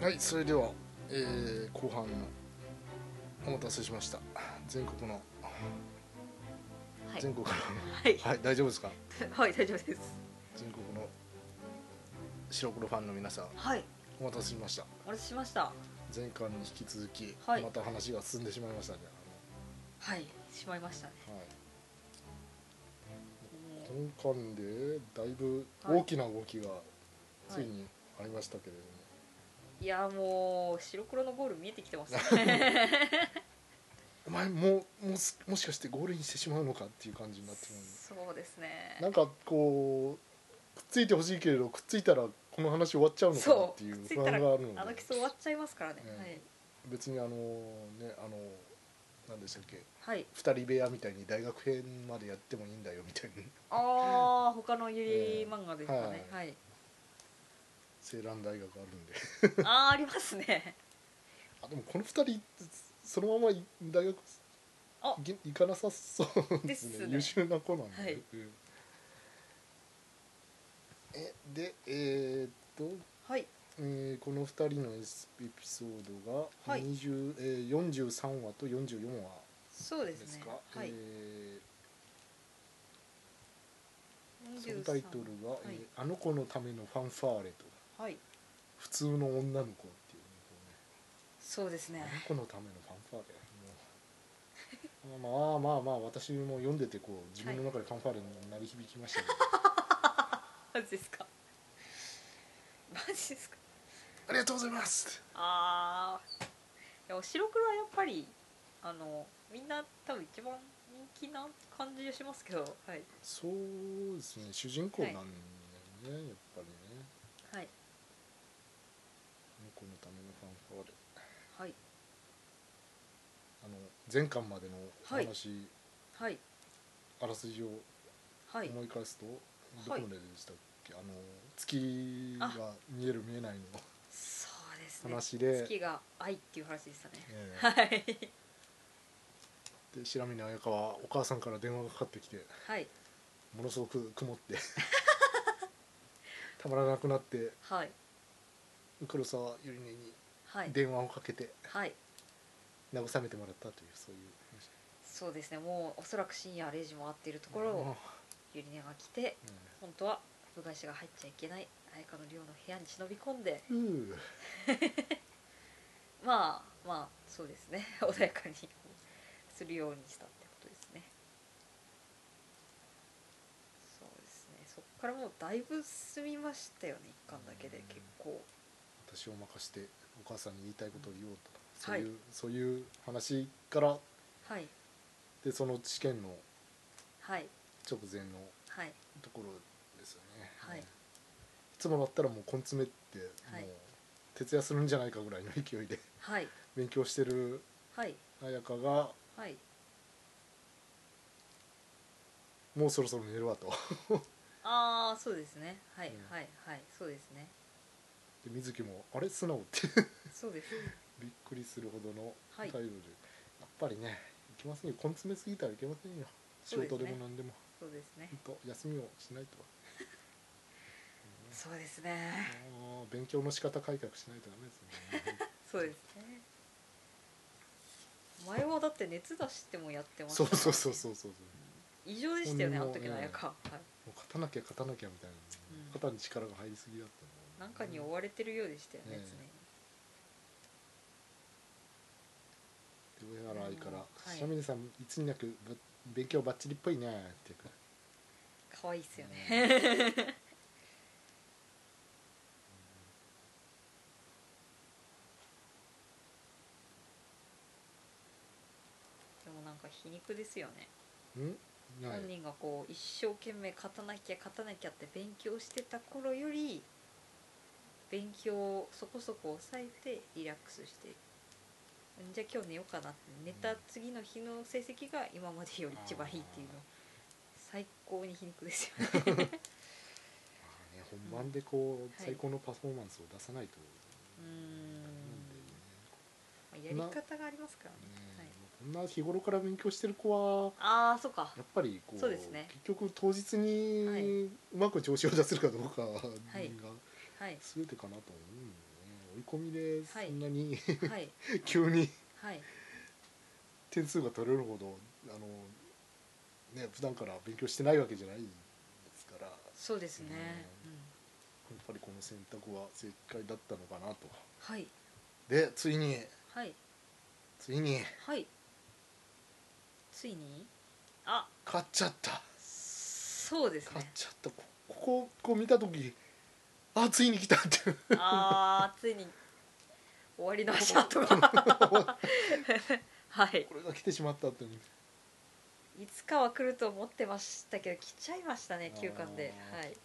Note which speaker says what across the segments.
Speaker 1: はいそれでは、えー後半もお待たせしました全国の、
Speaker 2: はい
Speaker 1: 全国の
Speaker 2: はい
Speaker 1: はい大丈夫ですか
Speaker 2: はい大丈夫です
Speaker 1: 全国の白黒ファンの皆さん
Speaker 2: はい
Speaker 1: お待たせしました
Speaker 2: お待たせしました
Speaker 1: 前回に引き続き、
Speaker 2: はい
Speaker 1: また話が進んでしまいましたね、
Speaker 2: はいしまいましたね
Speaker 1: はい、
Speaker 2: もう
Speaker 1: 今回でだいぶ
Speaker 2: はい
Speaker 1: 大きな動きがついにありましたけれども、
Speaker 2: いやもう白黒のゴール見えてきてます ね
Speaker 1: お前もうもうすもしかしてゴールインしてしまうのかっていう感じになってるので
Speaker 2: そうですね
Speaker 1: なんかこうくっついてほしいけれどくっついたらこの話終わっちゃうのかなっていう
Speaker 2: そ
Speaker 1: 不
Speaker 2: うくっついた
Speaker 1: 安
Speaker 2: ら
Speaker 1: があるの
Speaker 2: あの
Speaker 1: で
Speaker 2: 基礎終わっちゃいますからね
Speaker 1: ね別にあのねあの何でしたっけ
Speaker 2: はい、はい、
Speaker 1: 二人部屋みたいに大学編までやってもいいんだよみたいな
Speaker 2: ああ他のゆり漫画ですかね、
Speaker 1: えー
Speaker 2: はい、
Speaker 1: 青蘭大学あるんで
Speaker 2: あーありますね
Speaker 1: あでもこの二人そのまま大学
Speaker 2: あ
Speaker 1: 行け行かなさそうですね
Speaker 2: ですね
Speaker 1: 優秀な子なんで、
Speaker 2: はい
Speaker 1: うんえでえーっと、
Speaker 2: はい
Speaker 1: えーこの二人のエスエピソードが、
Speaker 2: はい
Speaker 1: 20えー、43話と44話
Speaker 2: そうで
Speaker 1: です
Speaker 2: ね
Speaker 1: すか
Speaker 2: はい、
Speaker 1: えーその
Speaker 2: 23
Speaker 1: タイトルが、
Speaker 2: はい
Speaker 1: えーあの子のためのファンファーレ」と
Speaker 2: はい
Speaker 1: 「普通の女の子」っていうねこうね
Speaker 2: そうですね
Speaker 1: このためのファンファーレもう まあまあまあ私も読んでてこう自分の中でファンファーレに鳴り響きましたけど、
Speaker 2: マジですかマジですか
Speaker 1: ありがとうございます
Speaker 2: ああでも白黒はやっぱりあのみんな多分一番人気な感じがしますけどはい
Speaker 1: そうですね主人公なんだよね、やっぱりね
Speaker 2: はい
Speaker 1: このためのファンファーレ
Speaker 2: はい
Speaker 1: あの前巻までの
Speaker 2: はい
Speaker 1: 話、
Speaker 2: はい
Speaker 1: あらすじを
Speaker 2: はい
Speaker 1: 思い返すと、
Speaker 2: はい
Speaker 1: どこまででしたっけ、あの月が見える見えないの
Speaker 2: そうですね
Speaker 1: 話で、
Speaker 2: 月が愛っていう話でしたね
Speaker 1: ええ
Speaker 2: はい
Speaker 1: で白峰綾香はお母さんから電話がかかってきて
Speaker 2: はい
Speaker 1: ものすごく曇って たまらなくなって
Speaker 2: はい
Speaker 1: 黒沢ゆりねに
Speaker 2: はい
Speaker 1: 電話をかけて
Speaker 2: はい
Speaker 1: 慰めてもらったというそういう話
Speaker 2: そうですねもうおそらく深夜0時も合っているところをゆりねが来て本当は部外者が入っちゃいけない綾香の寮の部屋に忍び込んで
Speaker 1: うんう
Speaker 2: まあまあそうですね 穏やかにするようにしたってことですねそうですねそっからもうだいぶ進みましたよね一巻だけで結構
Speaker 1: 私を任してお母さんに言いたいことを言おうとそう
Speaker 2: はい
Speaker 1: いう、そういう話から
Speaker 2: はい
Speaker 1: でその試験の
Speaker 2: はい
Speaker 1: 直前の
Speaker 2: はい
Speaker 1: ところですよね、
Speaker 2: はい
Speaker 1: いつもだったらもう根詰めって、
Speaker 2: はい
Speaker 1: もう徹夜するんじゃないかぐらいの勢いで
Speaker 2: はい
Speaker 1: 勉強してる
Speaker 2: はい
Speaker 1: 綾香が
Speaker 2: はい
Speaker 1: もうそろそろ寝るわと
Speaker 2: ああそうですねはい、
Speaker 1: うん
Speaker 2: はいはいそうですね
Speaker 1: で水木も「あれ素直」って
Speaker 2: そうです
Speaker 1: びっくりするほどの
Speaker 2: はい
Speaker 1: 態度で、やっぱりねいけませんよ根詰めすぎたらいけませんよ仕
Speaker 2: そうです
Speaker 1: 事
Speaker 2: ね
Speaker 1: でも何でも
Speaker 2: そうですね
Speaker 1: ほんと休みをしないと
Speaker 2: そうですね
Speaker 1: もう勉強の仕方改革しないとダメですよね
Speaker 2: そうですね前はだって熱出してもやってまし
Speaker 1: そ
Speaker 2: た
Speaker 1: う
Speaker 2: から
Speaker 1: そうそうそうそうそう
Speaker 2: 異常でしたよねあ
Speaker 1: もう
Speaker 2: の時の綾香、はい
Speaker 1: もう勝たなきゃ勝たなきゃみたいな、
Speaker 2: うん
Speaker 1: 肩に力が入りすぎだったんだ
Speaker 2: なんかに追われてるようでしたよね、
Speaker 1: え上原愛から
Speaker 2: は
Speaker 1: 「
Speaker 2: い
Speaker 1: シャミネさんいつになくぶ勉強バッチリっぽいね」っていうか
Speaker 2: 常に可愛いっすよね、でもなんか皮肉ですよね、
Speaker 1: うんない
Speaker 2: 本人がこう一生懸命勝たなきゃ勝たなきゃって勉強してた頃より勉強をそこそこ抑えてリラックスしてんじゃあ今日寝ようかなって寝た次の日の成績が今までより一番いいっていうの
Speaker 1: あー
Speaker 2: 最高に皮肉ですよ ね
Speaker 1: まあね本番でこう、
Speaker 2: はい
Speaker 1: 最高のパフォーマンスを出さないと
Speaker 2: うー
Speaker 1: なんでね
Speaker 2: んまあやり方がありますからねはい
Speaker 1: ねこんな日頃から勉強してる子は
Speaker 2: ああそうか
Speaker 1: やっぱりこう
Speaker 2: そうですね
Speaker 1: 結局当日
Speaker 2: はいう
Speaker 1: にうまく調子を出せるかどうかが
Speaker 2: い
Speaker 1: 全て
Speaker 2: はい
Speaker 1: かなと思うよね、追い込みでそ
Speaker 2: はい
Speaker 1: んなに
Speaker 2: はい
Speaker 1: 急に
Speaker 2: はい
Speaker 1: 点数が取れるほどあのね普段から勉強してないわけじゃないですからや
Speaker 2: そうですね、うん
Speaker 1: っぱりこの選択は正解だったのかなと
Speaker 2: はい
Speaker 1: でついに
Speaker 2: はい
Speaker 1: ついに
Speaker 2: はいついにあ
Speaker 1: 勝っちゃった
Speaker 2: そうです
Speaker 1: 勝っ
Speaker 2: ね
Speaker 1: ちゃったここここう見た時あついに来た っていう
Speaker 2: あーついに終わりの足跡 がはい
Speaker 1: これが来てしまったっていう
Speaker 2: いつかは来ると思ってましたけど来ちゃいましたね
Speaker 1: あー
Speaker 2: 休館ではい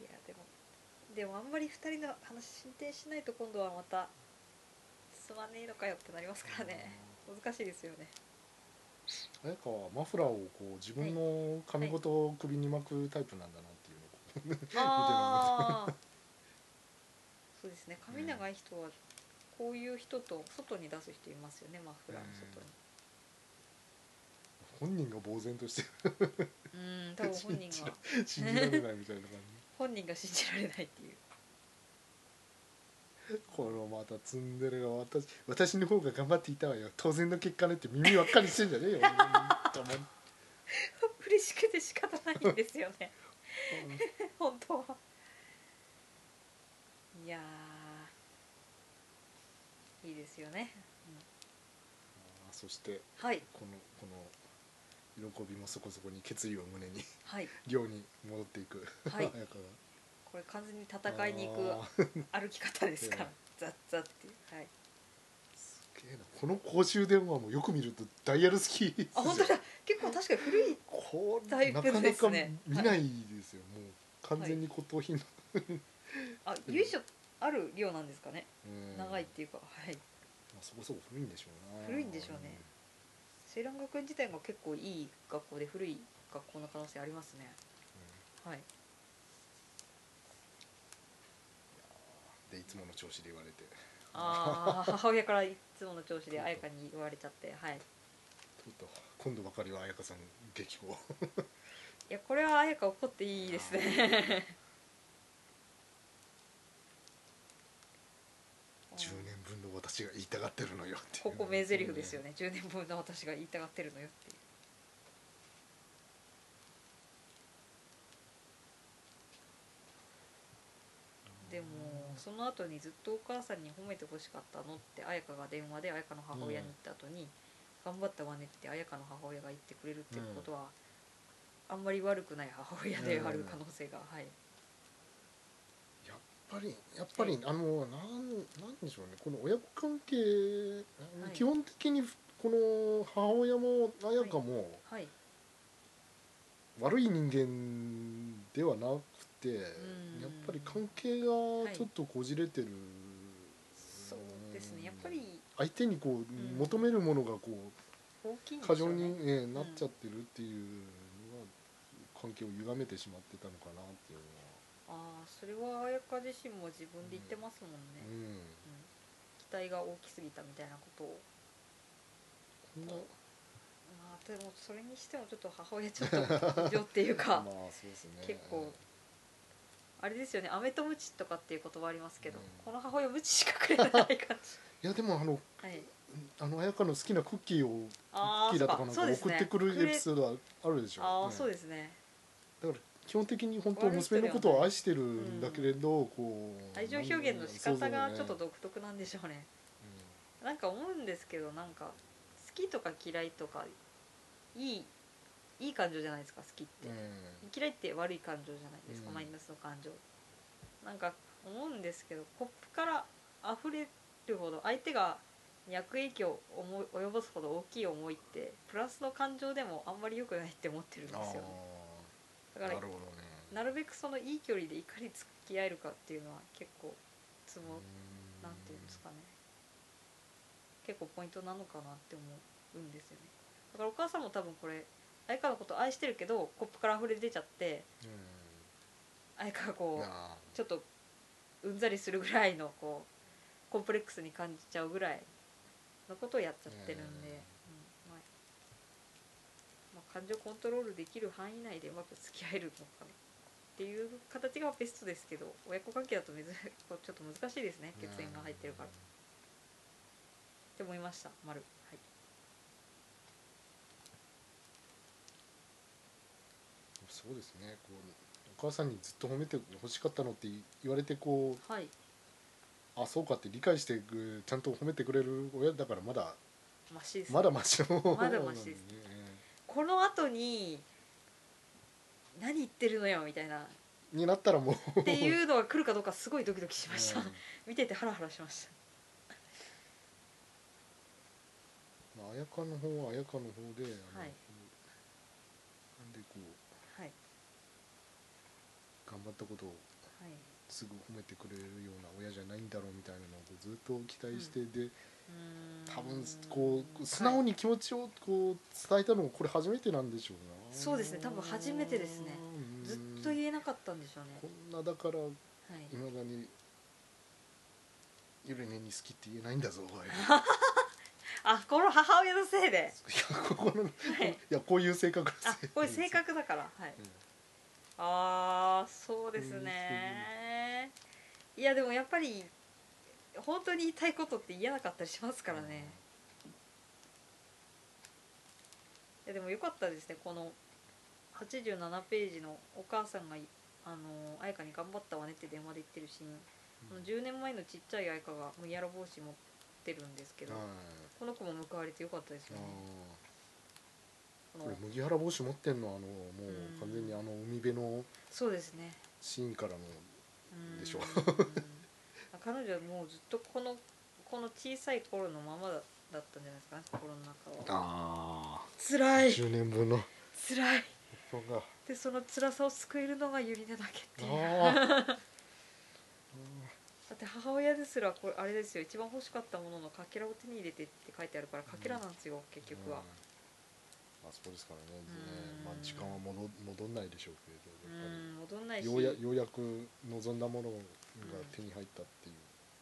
Speaker 2: いやでもでもあんまり2人の話進展しないと今度はまたすまねえのかよってなりますからね難しいですよね
Speaker 1: 綾香はマフラーをこう自分の髪ごと首に巻くタイプなんだなっていうのを
Speaker 2: まあ そうですね髪長い人はこういう人と外に出す人いますよねマフラーの外に
Speaker 1: 本人が呆然として
Speaker 2: うん多分本人 が
Speaker 1: 信じられないみたいな感
Speaker 2: 本人が信じられないっていう
Speaker 1: じこのまたツンデレが私私の方が頑張っていたわよ当然の結果ねって耳ばっかりしてんじゃねえよ本当もう
Speaker 2: 嬉しくて仕方ないんですよね 本当はいやーいいですよね
Speaker 1: あーそして
Speaker 2: はい
Speaker 1: このこの喜びもそこそこに決意を胸に
Speaker 2: はい
Speaker 1: 寮に戻っていく、
Speaker 2: はい
Speaker 1: 綾香が
Speaker 2: これ完全に戦いに行く
Speaker 1: あー
Speaker 2: 歩き方ですから
Speaker 1: え
Speaker 2: ザッザッっていうはい
Speaker 1: すげえなこの公衆電話もよく見るとダイヤル式
Speaker 2: あ本当だ結構確かに古い
Speaker 1: こう
Speaker 2: だい
Speaker 1: な
Speaker 2: ぶ
Speaker 1: かな
Speaker 2: です
Speaker 1: か
Speaker 2: ね
Speaker 1: 見ないですよ、もう完全に骨董品の、
Speaker 2: あ由緒ある量なんですかね
Speaker 1: うん
Speaker 2: 長いっていうかはい
Speaker 1: まあ、そこそこ古いんでしょうな
Speaker 2: 古いんでしょうねセイラン学園自体が結構いい学校で古い学校の可能性ありますねはい
Speaker 1: うんでいつもの調子で言われて
Speaker 2: ああ 母親からいつもの調子で彩香に言われちゃってはい
Speaker 1: とうとう今度ばかりは彩香さん激高
Speaker 2: いやこれは彩香怒っていいですね
Speaker 1: 10年分の私が言いたがってるのよっていう
Speaker 2: ここ名台詞ですよね10年分の私が言いたがってるのよっていうでもその後にずっとお母さんに褒めてほしかったのって彩香が電話で彩香の母親に言った後に、頑張ったわねって彩香の母親が言ってくれるっていうことは、あんまり悪くない母親である可能性が、はい
Speaker 1: やっぱりやっぱりあのなんなんでしょうねこの親子関係、
Speaker 2: はい
Speaker 1: 基本的にこの母親も彩香も、
Speaker 2: はい
Speaker 1: 悪い人間ではなくて、やっぱり関係がちょっとこじれてる、
Speaker 2: そうですねやっぱり
Speaker 1: 相手にこう、
Speaker 2: ん
Speaker 1: 求めるものがこ
Speaker 2: 大きいん
Speaker 1: う
Speaker 2: で
Speaker 1: 過
Speaker 2: しょ
Speaker 1: 剰
Speaker 2: う
Speaker 1: に、
Speaker 2: ね
Speaker 1: ええなっちゃってるっていうのは、関係を歪めてしまってたのかなっていう
Speaker 2: ああそれは彩香自身も自分で言ってますもんね、うん
Speaker 1: の
Speaker 2: 期待が大きすぎたみたいなことを
Speaker 1: は、うん、こんな
Speaker 2: まあでもそれにしてもちょっと母親ちょっと異常ってい う
Speaker 1: ま
Speaker 2: か
Speaker 1: あそうですね
Speaker 2: 結構あれですよね「飴とムチ」とかっていう言葉ありますけど、
Speaker 1: うん
Speaker 2: この母親ムチしかくれない 感じ
Speaker 1: いやでもあの
Speaker 2: はい
Speaker 1: あの綾香の好きなクッキーを
Speaker 2: あ
Speaker 1: クッキ
Speaker 2: あ
Speaker 1: ーだとかなんか
Speaker 2: そうです
Speaker 1: 送
Speaker 2: ね
Speaker 1: ってくるエピソードはあるでしょ
Speaker 2: ああ
Speaker 1: ね
Speaker 2: そうですね
Speaker 1: だから基本的に本当娘のことを愛してるんだけれど、こう
Speaker 2: 愛情表現の仕方がちょっと独特なんでしょうねなんか思うんですけどなんか好きとか嫌いとかいいいい感情じゃないですか好きって
Speaker 1: うん、うん
Speaker 2: 嫌いって悪い感情じゃないですか、
Speaker 1: うん
Speaker 2: マイナスの感情なんか思うんですけどコップから溢れるほど相手がに悪影響を思い及ぼすほど大きい思いってプラスの感情でもあんまり良くないって思ってるんで
Speaker 1: あ
Speaker 2: すよね
Speaker 1: あ
Speaker 2: だ
Speaker 1: な
Speaker 2: か
Speaker 1: る
Speaker 2: ら
Speaker 1: ほどね
Speaker 2: なるべくそのいい距離でいかに付き合えるかっていうのは結構つも
Speaker 1: うん
Speaker 2: なんていうんですかね結構ポイントなのかなって思うんですよねだからお母さんも多分これ相川のこと愛してるけどコップから溢れ出ちゃって相川が
Speaker 1: う
Speaker 2: こ
Speaker 1: ん
Speaker 2: う
Speaker 1: あ
Speaker 2: ちょっとうんざりするぐらいのこうコンプレックスに感じちゃうぐらいのことをやっちゃってるん
Speaker 1: うん
Speaker 2: で、うんまあまあ感情コントロールできる範囲内でうまく付き合えるのかっていう形がベストですけど親子関係だと珍こうちょっと難しいですね血縁が入ってるからっ
Speaker 1: う
Speaker 2: て思いました丸はい
Speaker 1: んそうですねこうお母さんにずっと褒めてほしかったのって言われてこう
Speaker 2: はい
Speaker 1: あそうかって理解していくちゃんと褒めてくれる親だからまだ
Speaker 2: マシですね
Speaker 1: まだマシの
Speaker 2: まだマシです
Speaker 1: 方なのにね
Speaker 2: この後に何言ってるのよみたいな
Speaker 1: うん になったらもう
Speaker 2: っていうのが来るかどうかすごいドキドキしました
Speaker 1: うん
Speaker 2: 見ててハラハラしました
Speaker 1: まあ綾香の方は綾香の方で、あの
Speaker 2: はい
Speaker 1: なんでこう
Speaker 2: はい
Speaker 1: 頑張ったことを
Speaker 2: はい
Speaker 1: すぐ褒めてくれるような親じゃないんだろうみたいなのをずっと期待して、で
Speaker 2: うーん
Speaker 1: 多分こう素直
Speaker 2: はい
Speaker 1: に気持ちをこう伝えたのもこれ初めてなんでしょうな
Speaker 2: そうですね多分初めてですね
Speaker 1: うん
Speaker 2: ずっと言えなかったんでしょうね
Speaker 1: こんなだから
Speaker 2: はい
Speaker 1: いまだにゆるねに好きって言えないんだぞお いい
Speaker 2: あこの母親のせいで
Speaker 1: やここの、い、
Speaker 2: はい
Speaker 1: やこういう性格の
Speaker 2: あ
Speaker 1: せい
Speaker 2: これ性格だからはい
Speaker 1: うん
Speaker 2: あーそうですねいやでもやっぱり本当に言いたいことって言えなかったりしますからねいやでも良かったですねこの87ページのお母さんがい「あのー彩香に頑張ったわね」って電話で言ってるシーン、
Speaker 1: う
Speaker 2: この
Speaker 1: ん
Speaker 2: 10年前のちっちゃい彩香が麦わら帽子持ってるんですけど、
Speaker 1: はい
Speaker 2: この子も報われて良かったです
Speaker 1: あ
Speaker 2: よね
Speaker 1: ー
Speaker 2: こ
Speaker 1: こ
Speaker 2: の
Speaker 1: れ麦わら帽子持ってんのあのも
Speaker 2: うん
Speaker 1: う完全にあの海辺の
Speaker 2: そうですね
Speaker 1: シーンからも
Speaker 2: うん
Speaker 1: でしょ
Speaker 2: 彼女はもうずっとこのこの小さい頃のままだだったんじゃないですかね心の中は
Speaker 1: あ
Speaker 2: 辛い
Speaker 1: 10年分の
Speaker 2: 辛い
Speaker 1: 人 が
Speaker 2: でその辛さを救えるのがゆりねだけっていう
Speaker 1: ああ
Speaker 2: だって母親ですらこれあれですよ一番欲しかったもののかけらを手に入れてって書いてあるからかけらなんですよ、結局は、
Speaker 1: まあそうですからね
Speaker 2: うん
Speaker 1: ねまあ時間は戻戻んないでしょうけれ
Speaker 2: う
Speaker 1: どやっ
Speaker 2: ん戻んな
Speaker 1: ぱ
Speaker 2: い
Speaker 1: り
Speaker 2: し
Speaker 1: ようやようやく望んだものが手に入ったっていう、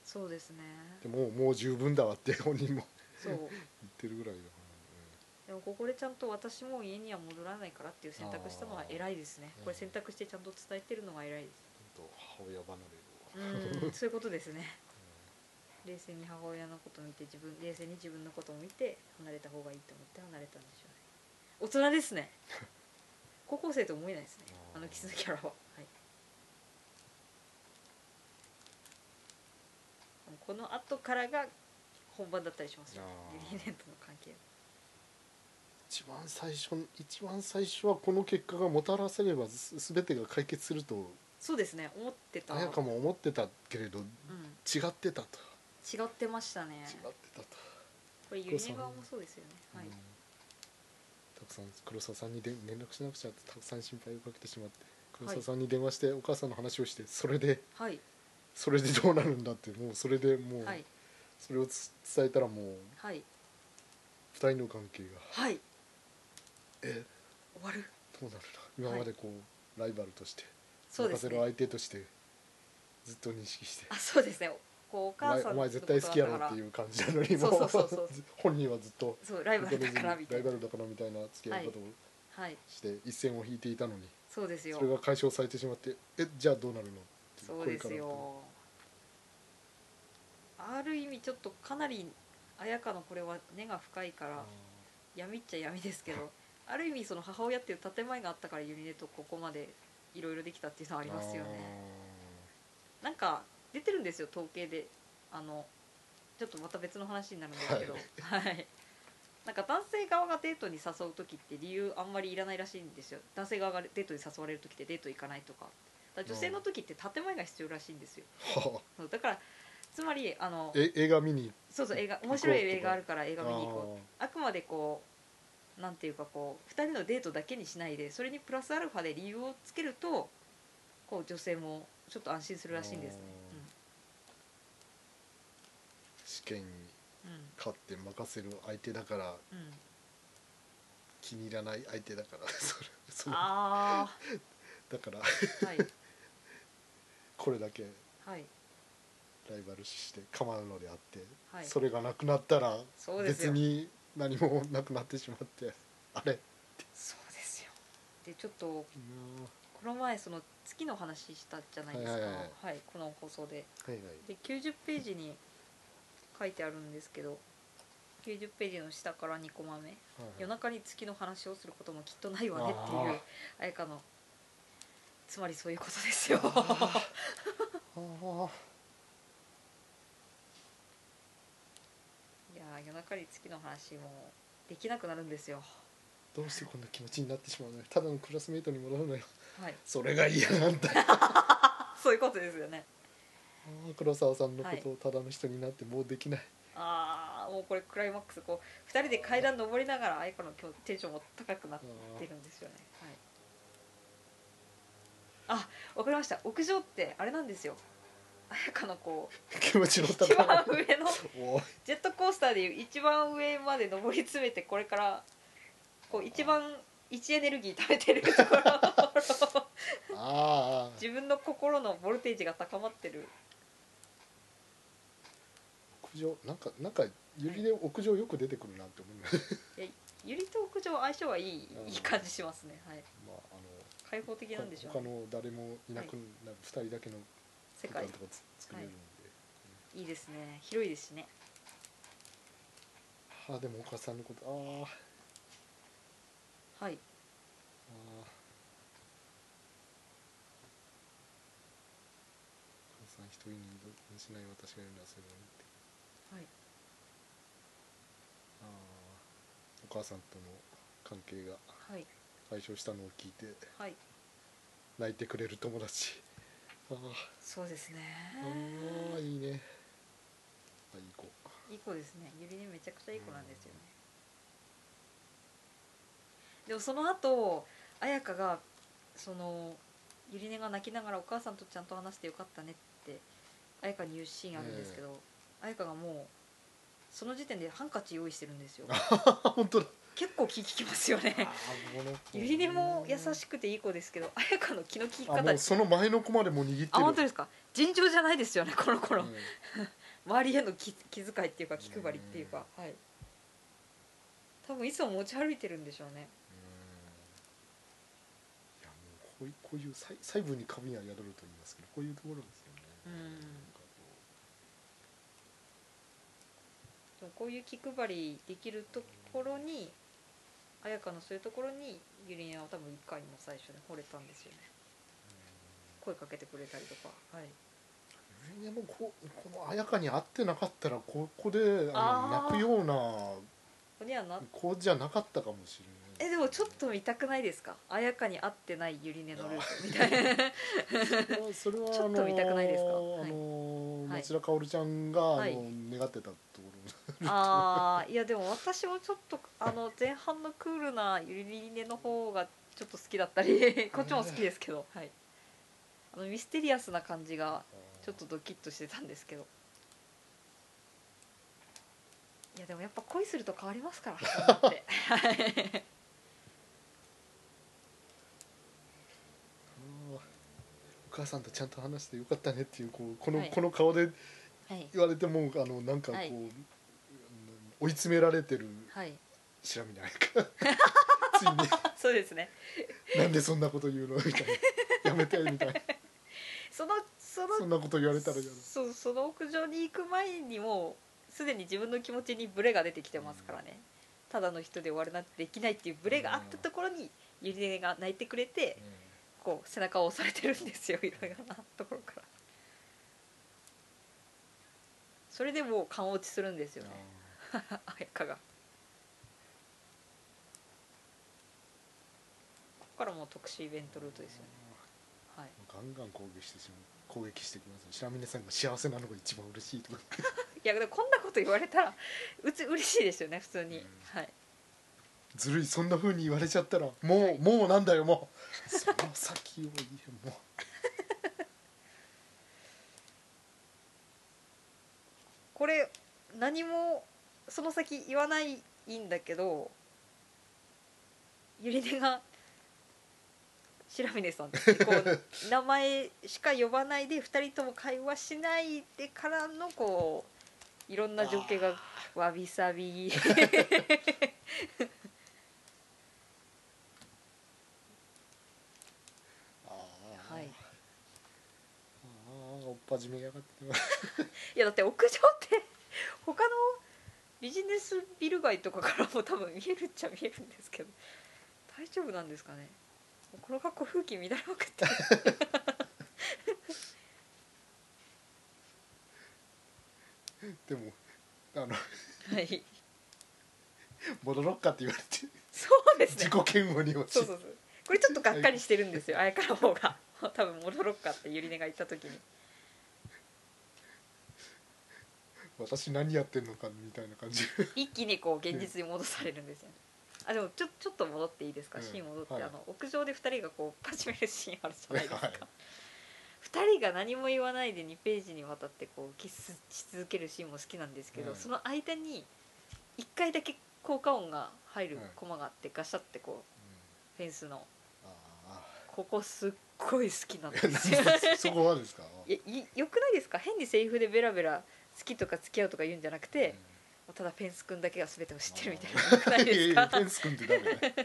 Speaker 2: そうですね
Speaker 1: でもうもう十分だわって本人も
Speaker 2: そう
Speaker 1: 言ってるぐらいだか
Speaker 2: でもここでちゃんと私も家には戻らないからっていう選択したのは偉いですね
Speaker 1: あー
Speaker 2: これ選択してちゃんと伝えてるのが偉いです
Speaker 1: ら、ね、ほんと母親離れ
Speaker 2: うんそういうことですね冷静に母親のこと見て自分冷静に自分のことを見て離れた方がいいと思って離れたんでしょうね大人です ね高校生と思えないですね
Speaker 1: あー
Speaker 2: あのキスのキャラは、はい、この後からが本番だったりしますよね
Speaker 1: あー
Speaker 2: ユリネンとの関係
Speaker 1: 一番最初の一番最初はこの結果がもたらせればす全てが解決すると
Speaker 2: そうですね思ってた、うん、
Speaker 1: 綾香も思ってたけれど違ってたと
Speaker 2: 違ってましたね
Speaker 1: 違ってたと、
Speaker 2: これユリネ側もそうですよねはい、
Speaker 1: うんたくさん黒沢さんにで連絡しなくちゃってたくさん心配をかけてしまって黒沢さんに電話してお母さんの話をしてそれで
Speaker 2: はい
Speaker 1: それでどうなるんだってもうそれでもう
Speaker 2: はい
Speaker 1: それをつ伝えたらもう
Speaker 2: はい
Speaker 1: 二人の関係が
Speaker 2: はい
Speaker 1: え
Speaker 2: 終わる
Speaker 1: どうなるの今までこうライバルとして
Speaker 2: そうで
Speaker 1: 任
Speaker 2: す
Speaker 1: せ
Speaker 2: ね
Speaker 1: る相手としてずっと認識して
Speaker 2: あそうですねこうお
Speaker 1: お前
Speaker 2: 母さん
Speaker 1: お前絶対好きやろ
Speaker 2: のこ
Speaker 1: って
Speaker 2: とだから
Speaker 1: いう感じなのにも
Speaker 2: そうそうそうそう
Speaker 1: 本人はずっと
Speaker 2: そうライバルだからみた
Speaker 1: ラ
Speaker 2: い
Speaker 1: イ
Speaker 2: な
Speaker 1: バルだからみたいな付き合い方を
Speaker 2: はい
Speaker 1: して一線を引いていたのに
Speaker 2: そうですよ
Speaker 1: それが解消されてしまってえじゃあどうなるのってい
Speaker 2: そうです
Speaker 1: こ
Speaker 2: よある意味ちょっとかなり綾香のこれは根が深いか
Speaker 1: れから
Speaker 2: ら闇っちゃ闇ですけどある意味その母親っていう建前があったからユリネとここまでいろいろできたっていうのはあ
Speaker 1: あ
Speaker 2: りますよねなんか出てるんですよ統計であのちょっとまた別の話になるんですけどはい、なんか男性側がデートに誘う時って理由あんまりいらないらしいんですよ男性側がデートに誘われる時ってデート行かないとかだから女性の時って建前が必要らしいんですよ
Speaker 1: ー はあ
Speaker 2: そうだからつまりあの
Speaker 1: え映画見に
Speaker 2: そうそう映画面白い
Speaker 1: 行こうと
Speaker 2: 映画
Speaker 1: か
Speaker 2: あるから映画見に行こうあくまでこうなんていうかこう2人のデートだけにしないでそれにプラスアルファで理由をつけるとこう女性もちょっと安心するらしいんですね。
Speaker 1: あー試験に
Speaker 2: うんうん
Speaker 1: 勝って任せる相手だから
Speaker 2: うん、
Speaker 1: 気に入らない相手だから それその
Speaker 2: あ
Speaker 1: だから
Speaker 2: あはい
Speaker 1: これだけ
Speaker 2: はい
Speaker 1: ライバル視して構うのであって、
Speaker 2: はい
Speaker 1: それがなくなったら
Speaker 2: そうです
Speaker 1: 別
Speaker 2: よ
Speaker 1: に何もなくなってしまってあれ
Speaker 2: そうですよでちょっと
Speaker 1: うん
Speaker 2: ここの前その月の話したじゃないです
Speaker 1: は
Speaker 2: かはいい、
Speaker 1: はいはい
Speaker 2: この放送で
Speaker 1: はいはい
Speaker 2: で90ページに書いてあるんですけど90ページの下から2コマ目
Speaker 1: はい
Speaker 2: 夜
Speaker 1: はい
Speaker 2: 中に月の話をすることもきっとないわねっていう綾香のつまりそういうことですよ
Speaker 1: あ
Speaker 2: いやー夜中に月の話もできなくなるんですよ
Speaker 1: ーどうしてこんな気持ちになってしまうのよただのクラスメートに戻るのよ
Speaker 2: はい
Speaker 1: それが嫌なんだよ
Speaker 2: そういうことですよね
Speaker 1: あー黒沢さんのことをただの人になってもうできない、
Speaker 2: ああもうこれクライマックスこう2人で階段登りながら綾香の今日テンションも高くなっ
Speaker 1: あ
Speaker 2: てるんですよねはいあわかりました屋上ってあれなんですよ綾香のこう
Speaker 1: ー気持ちの
Speaker 2: 一番
Speaker 1: 高い
Speaker 2: 上の
Speaker 1: おい
Speaker 2: ジェットコースターでいう一番上まで上り詰めてこれからこう一番位置エネルギー食べてるとこ ろ
Speaker 1: あーあー
Speaker 2: 自分の心のボルテージが高まってる
Speaker 1: 屋上なんかなんかゆりで屋上よく出てくるなって思い ます
Speaker 2: ゆりと屋上相性はいい
Speaker 1: うん
Speaker 2: いい感じしますねはい
Speaker 1: まああの
Speaker 2: 開放的なんでしょ
Speaker 1: 他
Speaker 2: う、ね、
Speaker 1: の誰もいなくなる2人だけの
Speaker 2: 世
Speaker 1: 空
Speaker 2: 界
Speaker 1: 間とかつ作れるんで、
Speaker 2: いいですね広いですしね
Speaker 1: あーでもお母さんのことあー
Speaker 2: はい
Speaker 1: あーお母さん一人にしない私がいるのはそれもいいって
Speaker 2: はい
Speaker 1: あーお母さんとの関係が
Speaker 2: はい
Speaker 1: 解消したのを聞いて
Speaker 2: はい
Speaker 1: 泣いてくれる友達あー
Speaker 2: そうですね
Speaker 1: あーいいねあいい 子
Speaker 2: いい子ですねゆりねめちゃくちゃいい子なんですよねでもその後彩香がそのゆりねが泣きながらお母さんとちゃんと話してよかったねって彩香に言うシーンあるんですけど彩香がもうその時点でハンカチ用意してるんですよ
Speaker 1: あ本当だ
Speaker 2: 結構気利きますよ ねゆりねも優しくていい子ですけど彩香の気の利き
Speaker 1: あ
Speaker 2: 方
Speaker 1: もうその前の子までもう握ってる
Speaker 2: あ本当ですか尋常じゃないですよね この頃、
Speaker 1: うん
Speaker 2: 周りへの気気遣いっていうか気配りっていうか、はい多分いつも持ち歩いてるんでしょうね
Speaker 1: うんいやもうこういうこういう細細部に神は宿ると言いますけどこういうところですよね。
Speaker 2: うん
Speaker 1: なんか
Speaker 2: でもこういう気配りできるところに綾香のそういうところにゆりえは多分一回も最初に惚れたんですよね声かけてくれたりとか、はい、
Speaker 1: こうでもこうこの綾香に会ってなかったらここであの
Speaker 2: あ
Speaker 1: 泣
Speaker 2: ー
Speaker 1: くような
Speaker 2: ここにはな
Speaker 1: 子じゃなかったかもしれな
Speaker 2: え
Speaker 1: い。
Speaker 2: でもちょっと見たくないですか綾香に会ってないゆりねのルートみたいな
Speaker 1: とそれは
Speaker 2: ちょっと見たくないですか
Speaker 1: あのあ
Speaker 2: はい
Speaker 1: の
Speaker 2: はい
Speaker 1: 町田香織ちゃんが、
Speaker 2: はい
Speaker 1: あの願ってたとこ
Speaker 2: あーいやでも私もちょっとあの前半のクールなゆりねの方がちょっと好きだったり こっちも好きですけど、はい、あのミステリアスな感じが
Speaker 1: ろ。
Speaker 2: ちょっとドキッとしてたんですけどいやでもやっぱ恋すると変わりますからそうなって
Speaker 1: あーお母さんとちゃんと話してよかったねっていうこうこの、
Speaker 2: はい
Speaker 1: この顔で
Speaker 2: はい
Speaker 1: 言われてもあのなんかこう、
Speaker 2: はい
Speaker 1: うん追い詰められてる
Speaker 2: はい
Speaker 1: 白身の ないかつい
Speaker 2: あそうですね
Speaker 1: になんでそんなこと言うのみたいなやめてみたいな
Speaker 2: その その
Speaker 1: そんなこと言われたらやだ
Speaker 2: そうその屋上に行く前にもうすでに自分の気持ちにブレが出てきてますからね、ただの人で終わるなんてできないっていうブレがあったところにゆりねが泣いてくれてこう背中を押されてるんですよいろいろなところからそれでもう感落ちするんですよね綾香がここからもう特殊イベントルートですよねはい
Speaker 1: ガンガン攻撃してしまう攻撃してきますね白峰さんが幸せなのが一番嬉しいとか
Speaker 2: いやでもこんなこと言われたらうち嬉しいですよね普通に、
Speaker 1: うん
Speaker 2: はい
Speaker 1: ずるいそんな風に言われちゃったらもう、
Speaker 2: はい
Speaker 1: もうなんだよもうその先を言えもう
Speaker 2: これ何もその先言わないんだけどゆりねが白峰さんってこう名前しか呼ばないで2人とも会話しないでからのこういろんな情景がわびさび
Speaker 1: あ始めやがって
Speaker 2: いやだって屋上って他のビジネスビル街とかからも多分見えるっちゃ見えるんですけど大丈夫なんですかねもうこの格好風紀乱れまくってる
Speaker 1: でもあの
Speaker 2: はい
Speaker 1: 戻ろっかって言われて
Speaker 2: そうですね
Speaker 1: 自己嫌悪に落
Speaker 2: そ
Speaker 1: ち
Speaker 2: うそうそうこれちょっとがっかりしてるんですよあやから方が多分戻ろっかってゆりねが言った時に
Speaker 1: 私何やってんのかみたいな感じ
Speaker 2: 一気にこう現実に戻されるんですよねあでもちょちょっと戻っていいですか、
Speaker 1: うん
Speaker 2: シーン戻って、
Speaker 1: はい
Speaker 2: あの屋上で2人がこ う始めるシーンあるじゃないですか、
Speaker 1: はい
Speaker 2: 2人が何も言わないで2ページにわたってこうキスし続けるシーンも好きなんですけど、
Speaker 1: うん
Speaker 2: その間に1回だけ効果音が入る
Speaker 1: うん
Speaker 2: コマがあってガシャってこうフェンスの
Speaker 1: ああ
Speaker 2: ここすっごい好き なんで
Speaker 1: 何
Speaker 2: すよ
Speaker 1: そそこはですか
Speaker 2: いやいよくないですか変にセリフでベラベラ好きとか付き合うとか言うんじゃなくて、ただフェンス君だけが全てを知ってるみたいなよくないです
Speaker 1: や
Speaker 2: か
Speaker 1: やフェンス君って誰だよ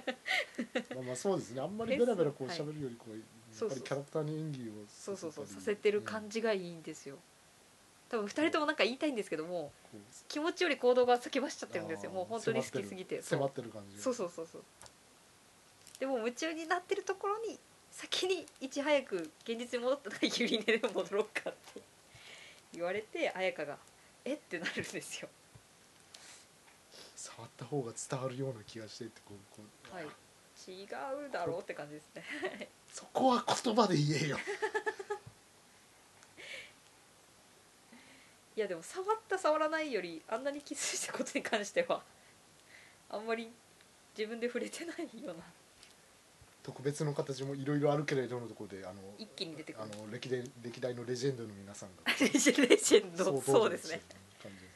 Speaker 1: まあまあそうですねあんまりベラベラこう
Speaker 2: フェンス
Speaker 1: 喋るよりこう、
Speaker 2: そう
Speaker 1: やっぱ
Speaker 2: そう
Speaker 1: りキャラクターに演技を
Speaker 2: そうそうそうさせてる感
Speaker 1: じ、
Speaker 2: じがいいんですよ多分2人ともなんか言いたいんですけども
Speaker 1: うんこ
Speaker 2: 気持ちより行動が先走っちゃってるんですよ
Speaker 1: あー
Speaker 2: もう本当に好きすぎて
Speaker 1: う迫
Speaker 2: そう
Speaker 1: ってる感じ
Speaker 2: そうそうそうそうでも夢中になってるところに先にいち早く現実に戻ったらゆりねでも戻ろうかって言われて綾香が「えっ?」てなるんですよ
Speaker 1: 触った方が伝わるような気がしてってこうこう、
Speaker 2: はい違うだろうって感じですね
Speaker 1: そこは言葉で言えよ
Speaker 2: いやでも触った触らないよりあんなにキスしたことに関してはあんまり自分で触れてないような
Speaker 1: 特別の形もいろいろあるけれどのところであの
Speaker 2: 一気に出てくる
Speaker 1: あの歴代歴代のレジェンドの皆さん が
Speaker 2: レジェンドそうですね
Speaker 1: 感じで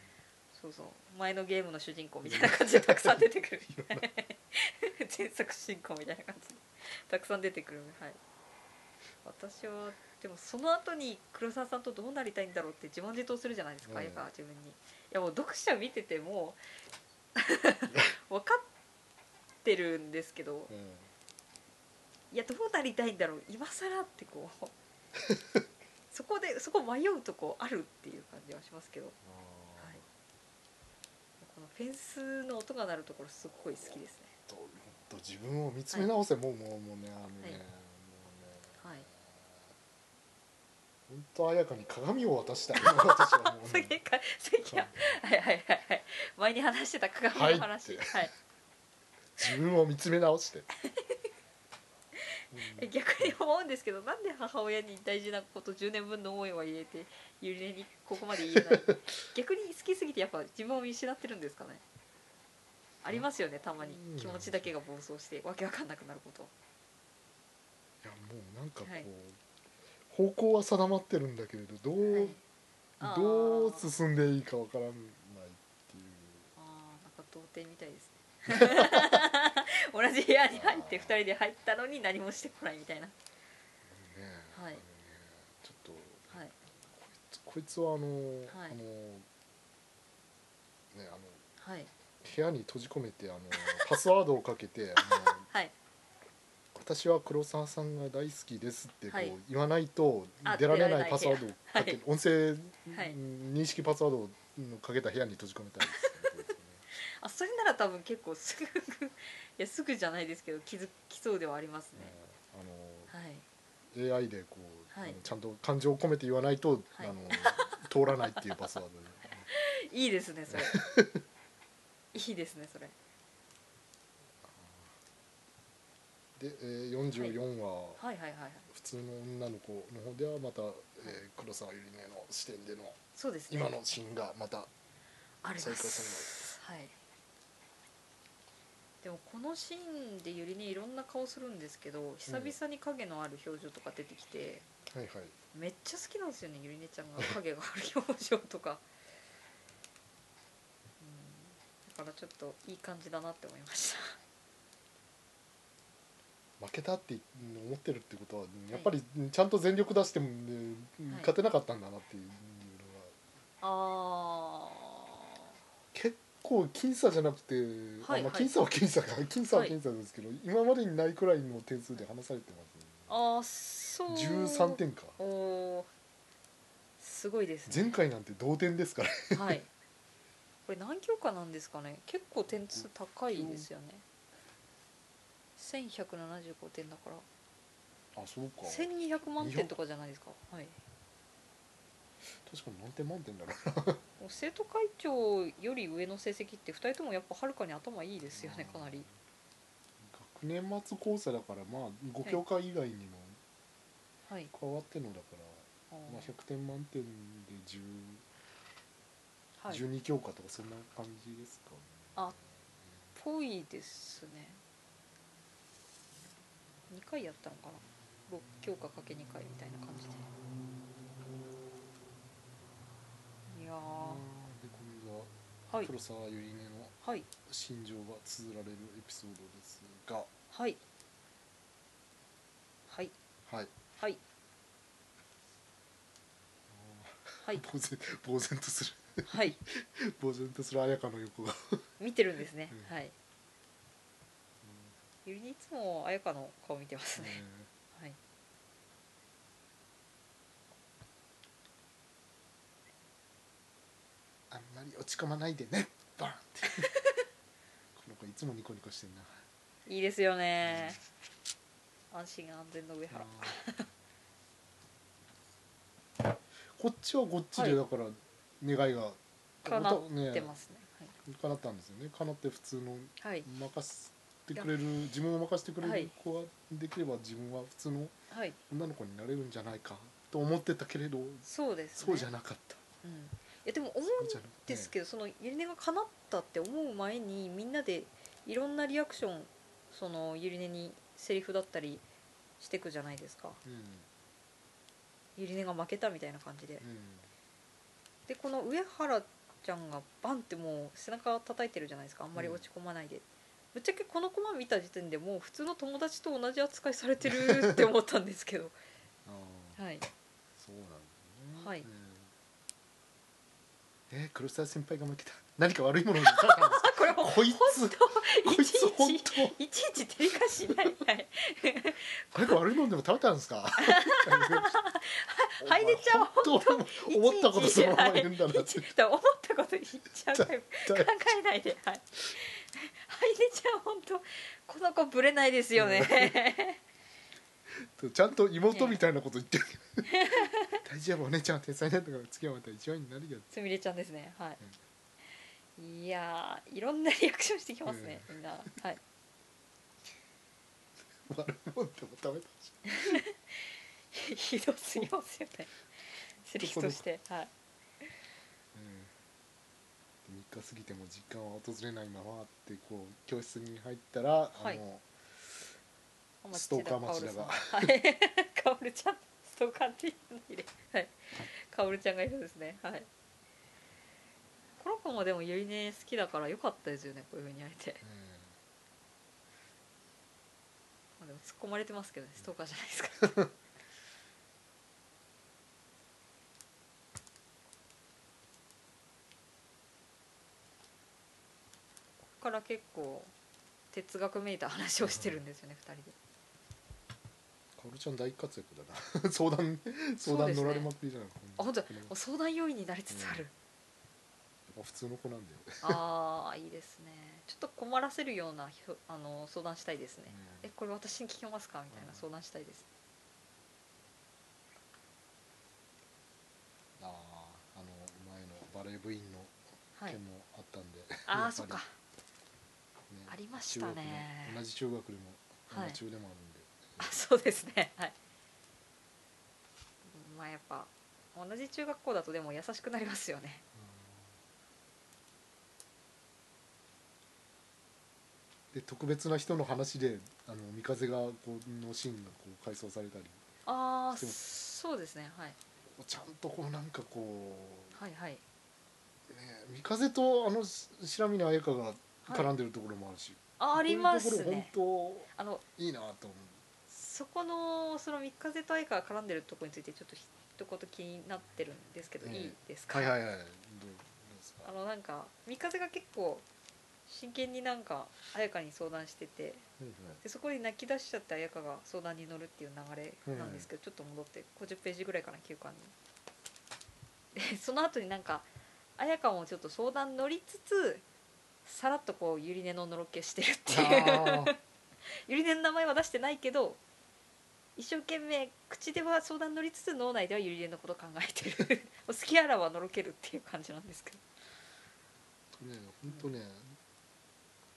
Speaker 2: そうそう前のゲームの主人公みたいな感じでたくさん出てく る前作主人公みたいな感じでたくさん出てくるはい私はでもその後に黒沢さんとどうなりたいんだろうって自問自答するじゃないですか
Speaker 1: うん
Speaker 2: 映画は自分にいやもう読者見て てもう分かってるんですけど
Speaker 1: すねうん
Speaker 2: いやどうなりたいんだろう今更ってこ うそこでそこ迷うとこあるっていう感じはしますけど
Speaker 1: あー
Speaker 2: はいこのフェンスの音が鳴るところすっごい好きですね
Speaker 1: とほんと自分を見つめ直せ、もうもうもうねあの
Speaker 2: はい
Speaker 1: ね、
Speaker 2: はい
Speaker 1: 本当彩香に鏡を渡したい私はもう、
Speaker 2: すげえかすげえ はいはいはいはい前に話してた鏡の話
Speaker 1: は
Speaker 2: はい、
Speaker 1: 自分を見つめ直して
Speaker 2: え逆に思うんですけどなんで母親に大事なこと10年分の思いを入れてゆりねにここまで言えない逆に好きすぎてやっぱ自分を見失ってるんですかねありますよねたまに
Speaker 1: うん
Speaker 2: 気持ちだけが暴走してわけわかんなくなること
Speaker 1: いやもうなんかこう、
Speaker 2: はい
Speaker 1: 方向は定まってるんだけれどどう、
Speaker 2: はいあー
Speaker 1: どう進んでいいかわからないっていう
Speaker 2: あーなんか童貞みたいですね 同じ部屋に入って2人で入ったのに何もしてこないみたいな
Speaker 1: ね,、あ
Speaker 2: はい
Speaker 1: のねちょっと
Speaker 2: はい
Speaker 1: こいつはあの、
Speaker 2: はい
Speaker 1: あのねあの
Speaker 2: はい
Speaker 1: 部屋に閉じ込めてあの パスワードをかけてあの
Speaker 2: はい
Speaker 1: 私は黒沢さんが大好きですってこう、
Speaker 2: はい
Speaker 1: 言わないと
Speaker 2: あ
Speaker 1: 出られ
Speaker 2: 出ら
Speaker 1: な
Speaker 2: れない
Speaker 1: いパスワードをかけ、
Speaker 2: はい
Speaker 1: 音声、
Speaker 2: はい
Speaker 1: 認識パスワードをかけた部屋に閉じ込めたいですね
Speaker 2: あそれなら多分結構すぐ いやすぐじゃないですけど気づきそうではありますね、
Speaker 1: あの
Speaker 2: はい
Speaker 1: AI でこう、
Speaker 2: はい
Speaker 1: あのちゃんと感情を込めて言わないと、
Speaker 2: はい
Speaker 1: あの通らないっていうパスワードで
Speaker 2: いいですね それいいですねそれ
Speaker 1: で、えー44話、
Speaker 2: はいはいはいはい
Speaker 1: 普通の女の子の方ではまた、えー黒沢ゆりねの視点での
Speaker 2: そうですね
Speaker 1: 今のシーンがまた
Speaker 2: ありま
Speaker 1: 再開
Speaker 2: すはいでもこのシーンでゆりねいろんな顔するんですけど久々に影のある表情とか出てきて、
Speaker 1: はいはい
Speaker 2: めっちゃ好きなんですよねゆりねちゃんが影がある表情とか、うん、だからちょっといい感じだなって思いました
Speaker 1: 負けたって思ってるってことはやっぱりちゃんと全力出しても、ね勝てなかったんだなっていうのは
Speaker 2: あ
Speaker 1: 結構僅差じゃなくて、
Speaker 2: はい
Speaker 1: あまあ
Speaker 2: はい
Speaker 1: 僅差は僅差か僅差は僅差ですけど、今までにないくらいの点数で離されて
Speaker 2: ーあーそう
Speaker 1: ます、ね、13点か
Speaker 2: おーすごいですね
Speaker 1: 前回なんて同点ですから
Speaker 2: はいこれ何教科なんですかね結構点数高いですよね1175点だから
Speaker 1: あそうか確か
Speaker 2: 1200万点とかじゃないですかはい
Speaker 1: に何点満点だろう
Speaker 2: もう生徒会長より上の成績って2人ともやっぱはるかに頭いいですよねかなり
Speaker 1: 学年末講座だからまあ5教科以外にも
Speaker 2: はい
Speaker 1: 加わってのだから、
Speaker 2: あー
Speaker 1: まあ、100点満点で10、
Speaker 2: はい
Speaker 1: 12教科とかそんな感じですかね
Speaker 2: あぽいですね2回やったのかな6教科かけ2回みたいな感じでいやー
Speaker 1: あーで今度
Speaker 2: は
Speaker 1: はい黒沢ゆりねの
Speaker 2: はい
Speaker 1: 心情が綴られるエピソードですが
Speaker 2: はいはい
Speaker 1: はい
Speaker 2: はいはい
Speaker 1: 呆然呆然とする
Speaker 2: はい
Speaker 1: 呆然とする綾香の 横が
Speaker 2: 見てるんですね
Speaker 1: うん
Speaker 2: はいゆりにいつも彩香の顔見てますねはい
Speaker 1: あんまり落ち込まないでねバンって この子いつもニコニコしてんない
Speaker 2: いですよね安心安全の上原
Speaker 1: あーこっちはこっちで
Speaker 2: はい
Speaker 1: だから願いが
Speaker 2: 叶ってますすね
Speaker 1: 叶ったんですよね叶って普通の
Speaker 2: はいはい
Speaker 1: 任せてくれる自分を任せてくれる子はできれば自分は普通の
Speaker 2: はい
Speaker 1: 女の子になれるんじゃないかと思ってたけれど
Speaker 2: そうですね
Speaker 1: そうじゃなかった
Speaker 2: うんいやでも思うん
Speaker 1: そうじゃなかった
Speaker 2: ですけどそのゆりねが叶ったって思う前にみんなでいろんなリアクションそのゆりねにセリフだったりしてくじゃないですか
Speaker 1: うん
Speaker 2: ゆりねが負けたみたいな感じで
Speaker 1: うん
Speaker 2: でこの上原ちゃんがバンってもう背中叩いてるじゃないですかあんまり落ち込まないで、ぶっちゃけこのコマ見た時点でもう普通の友達と同じ扱いされてる って思ったんですけど
Speaker 1: ああ
Speaker 2: はい
Speaker 1: そうなんだね
Speaker 2: はい
Speaker 1: うんえー、黒沢先輩が負けた何か悪いものに出たんですか
Speaker 2: これほん
Speaker 1: こい つ
Speaker 2: とい
Speaker 1: こい
Speaker 2: ち
Speaker 1: つ本
Speaker 2: いちいちいち照りかしないはい
Speaker 1: 当なんか悪いものでも食べたんですか
Speaker 2: はいでちゃんは
Speaker 1: 本当 思ったことそのまま言うんだなっ
Speaker 2: いち
Speaker 1: て
Speaker 2: いちはい思ったこと言っちゃう タイプ
Speaker 1: 絶
Speaker 2: 考
Speaker 1: 対
Speaker 2: えないではいはいでちゃん本当この子ぶれないですよね
Speaker 1: ちゃんと妹みたいなこと言ってる大丈夫お姉ちゃんは天才なんだから次はまた一番になるよ
Speaker 2: つみれちゃんですねはい、いやーいろんなリアクションしてきますね、みんなはい
Speaker 1: 悪いもんでも食べたし
Speaker 2: ひどすぎますよねセリフとしてはい
Speaker 1: うん、で3日過ぎても実感は訪れないままってこう教室に入ったら、
Speaker 2: はい
Speaker 1: あのストーカー町田が
Speaker 2: はい カオルちゃんストーカーっていうの入れはいカオルちゃんがいるんですねはいこの子もでもゆりね好きだから良かったですよねこういうふうに会えて
Speaker 1: う
Speaker 2: まあでも突っ込まれてますけどねストーカーじゃないですかここから結構哲学めいた話をしてるんですよね二人で
Speaker 1: ん、かおるちゃん大活躍だな 相談相談乗られまくりじゃない
Speaker 2: あ本当だ
Speaker 1: この
Speaker 2: お相談要員になりつつある、
Speaker 1: やっぱ普通の子なんだよ、
Speaker 2: ああいいですねちょっと困らせるようなひょあの相談したいですね、
Speaker 1: う
Speaker 2: えこれ私に聞けますかみたいな
Speaker 1: うん
Speaker 2: 相談したいです、
Speaker 1: んあああの前のバレー部員の
Speaker 2: はい
Speaker 1: 件もあったんで、
Speaker 2: あ
Speaker 1: や
Speaker 2: あ
Speaker 1: ぱ
Speaker 2: そっ
Speaker 1: り
Speaker 2: か
Speaker 1: ね
Speaker 2: ありましたね
Speaker 1: 中学の同じ中学でも
Speaker 2: はい
Speaker 1: 同じ中でもあるんで、
Speaker 2: あそうですねはいまあやっぱ同じ中学校だとでも優しくなりますよね
Speaker 1: で特別な人の話であの三風がこのシーンがこう回想されたり
Speaker 2: ああ
Speaker 1: でも
Speaker 2: そうですね、はい、
Speaker 1: ちゃんとこうなんかこ、
Speaker 2: はいはいう
Speaker 1: ね、三風とあのし白峰綾香が
Speaker 2: はい
Speaker 1: 絡んでるところもあるし、
Speaker 2: あありま
Speaker 1: こうい
Speaker 2: す
Speaker 1: うところ
Speaker 2: ね
Speaker 1: 本
Speaker 2: あの
Speaker 1: 当いいなと思う
Speaker 2: そこのその三風と相川絡んでるとこについてちょっと一言気になってるんですけど、
Speaker 1: ええ
Speaker 2: いいですか、
Speaker 1: はいはいはいどうどうですか
Speaker 2: あのなんか三風が結構真剣になんか彩香に相談してて
Speaker 1: うんうん
Speaker 2: でそこに泣き出しちゃって彩香が相談に乗るっていう流れなんですけど、ちょっと戻って50ページぐらいかな休館にで その後になんか綾香もちょっと相談乗りつつさらっとこうゆりねののろけしてるっていう
Speaker 1: あー
Speaker 2: ゆりねの名前は出してないけど一生懸命口では相談乗りつつ脳内ではゆりねのこと考えてる もう好きあらばのろけるっていう感じなんですけ
Speaker 1: ね本当ね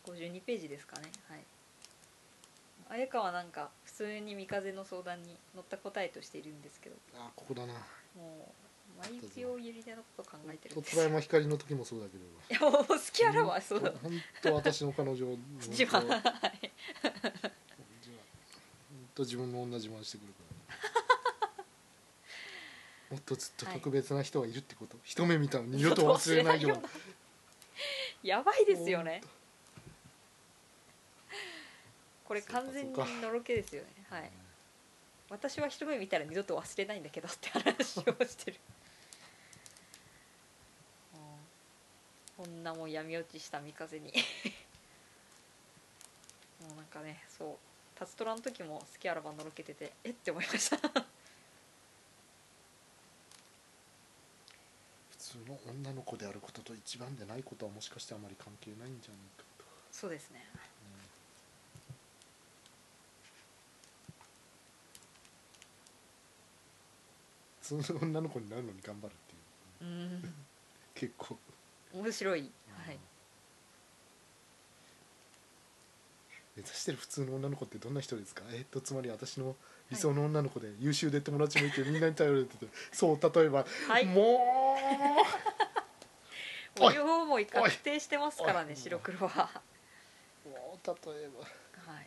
Speaker 2: ど52ページですかねはい綾香はなんか普通に三風の相談に乗った答えとしているんですけど
Speaker 1: あここだな
Speaker 2: もう毎日をゆりねのこと考えてるん
Speaker 1: と
Speaker 2: ですよ
Speaker 1: 虎山光の時もそうだけど
Speaker 2: いやもう好きあらばそうだ
Speaker 1: 本当私の彼女を
Speaker 2: 自慢
Speaker 1: 本
Speaker 2: はい
Speaker 1: 当自分の女自慢してくる から、もっとずっと特別な人がいるってこと、一目見たら二度と忘れないような
Speaker 2: やばいですよねこれ
Speaker 1: そうか
Speaker 2: 完全に
Speaker 1: そうか
Speaker 2: のろけですよねはい私は一目見たら二度と忘れないんだけどって話をしてる うん女も闇落ちした三風に もうなんかねそうタツトラの時も好きあらばのろけててえって思いました
Speaker 1: 普通の女の子であることと一番でないことはもしかしてあまり関係ないんじゃないかと、
Speaker 2: そうですね
Speaker 1: うん普通の女の子になるのに頑張るっていう
Speaker 2: うん
Speaker 1: 結構、
Speaker 2: 面白いはい
Speaker 1: 目指してる普通の女の子ってどんな人ですかえっとつまり私の理想の女の子で優秀で友達もいてみんなに頼れててそう例えば、
Speaker 2: はい
Speaker 1: もおい
Speaker 2: 両思い確定してますから
Speaker 1: お
Speaker 2: ね
Speaker 1: い
Speaker 2: 白黒はは
Speaker 1: うもう例えば
Speaker 2: い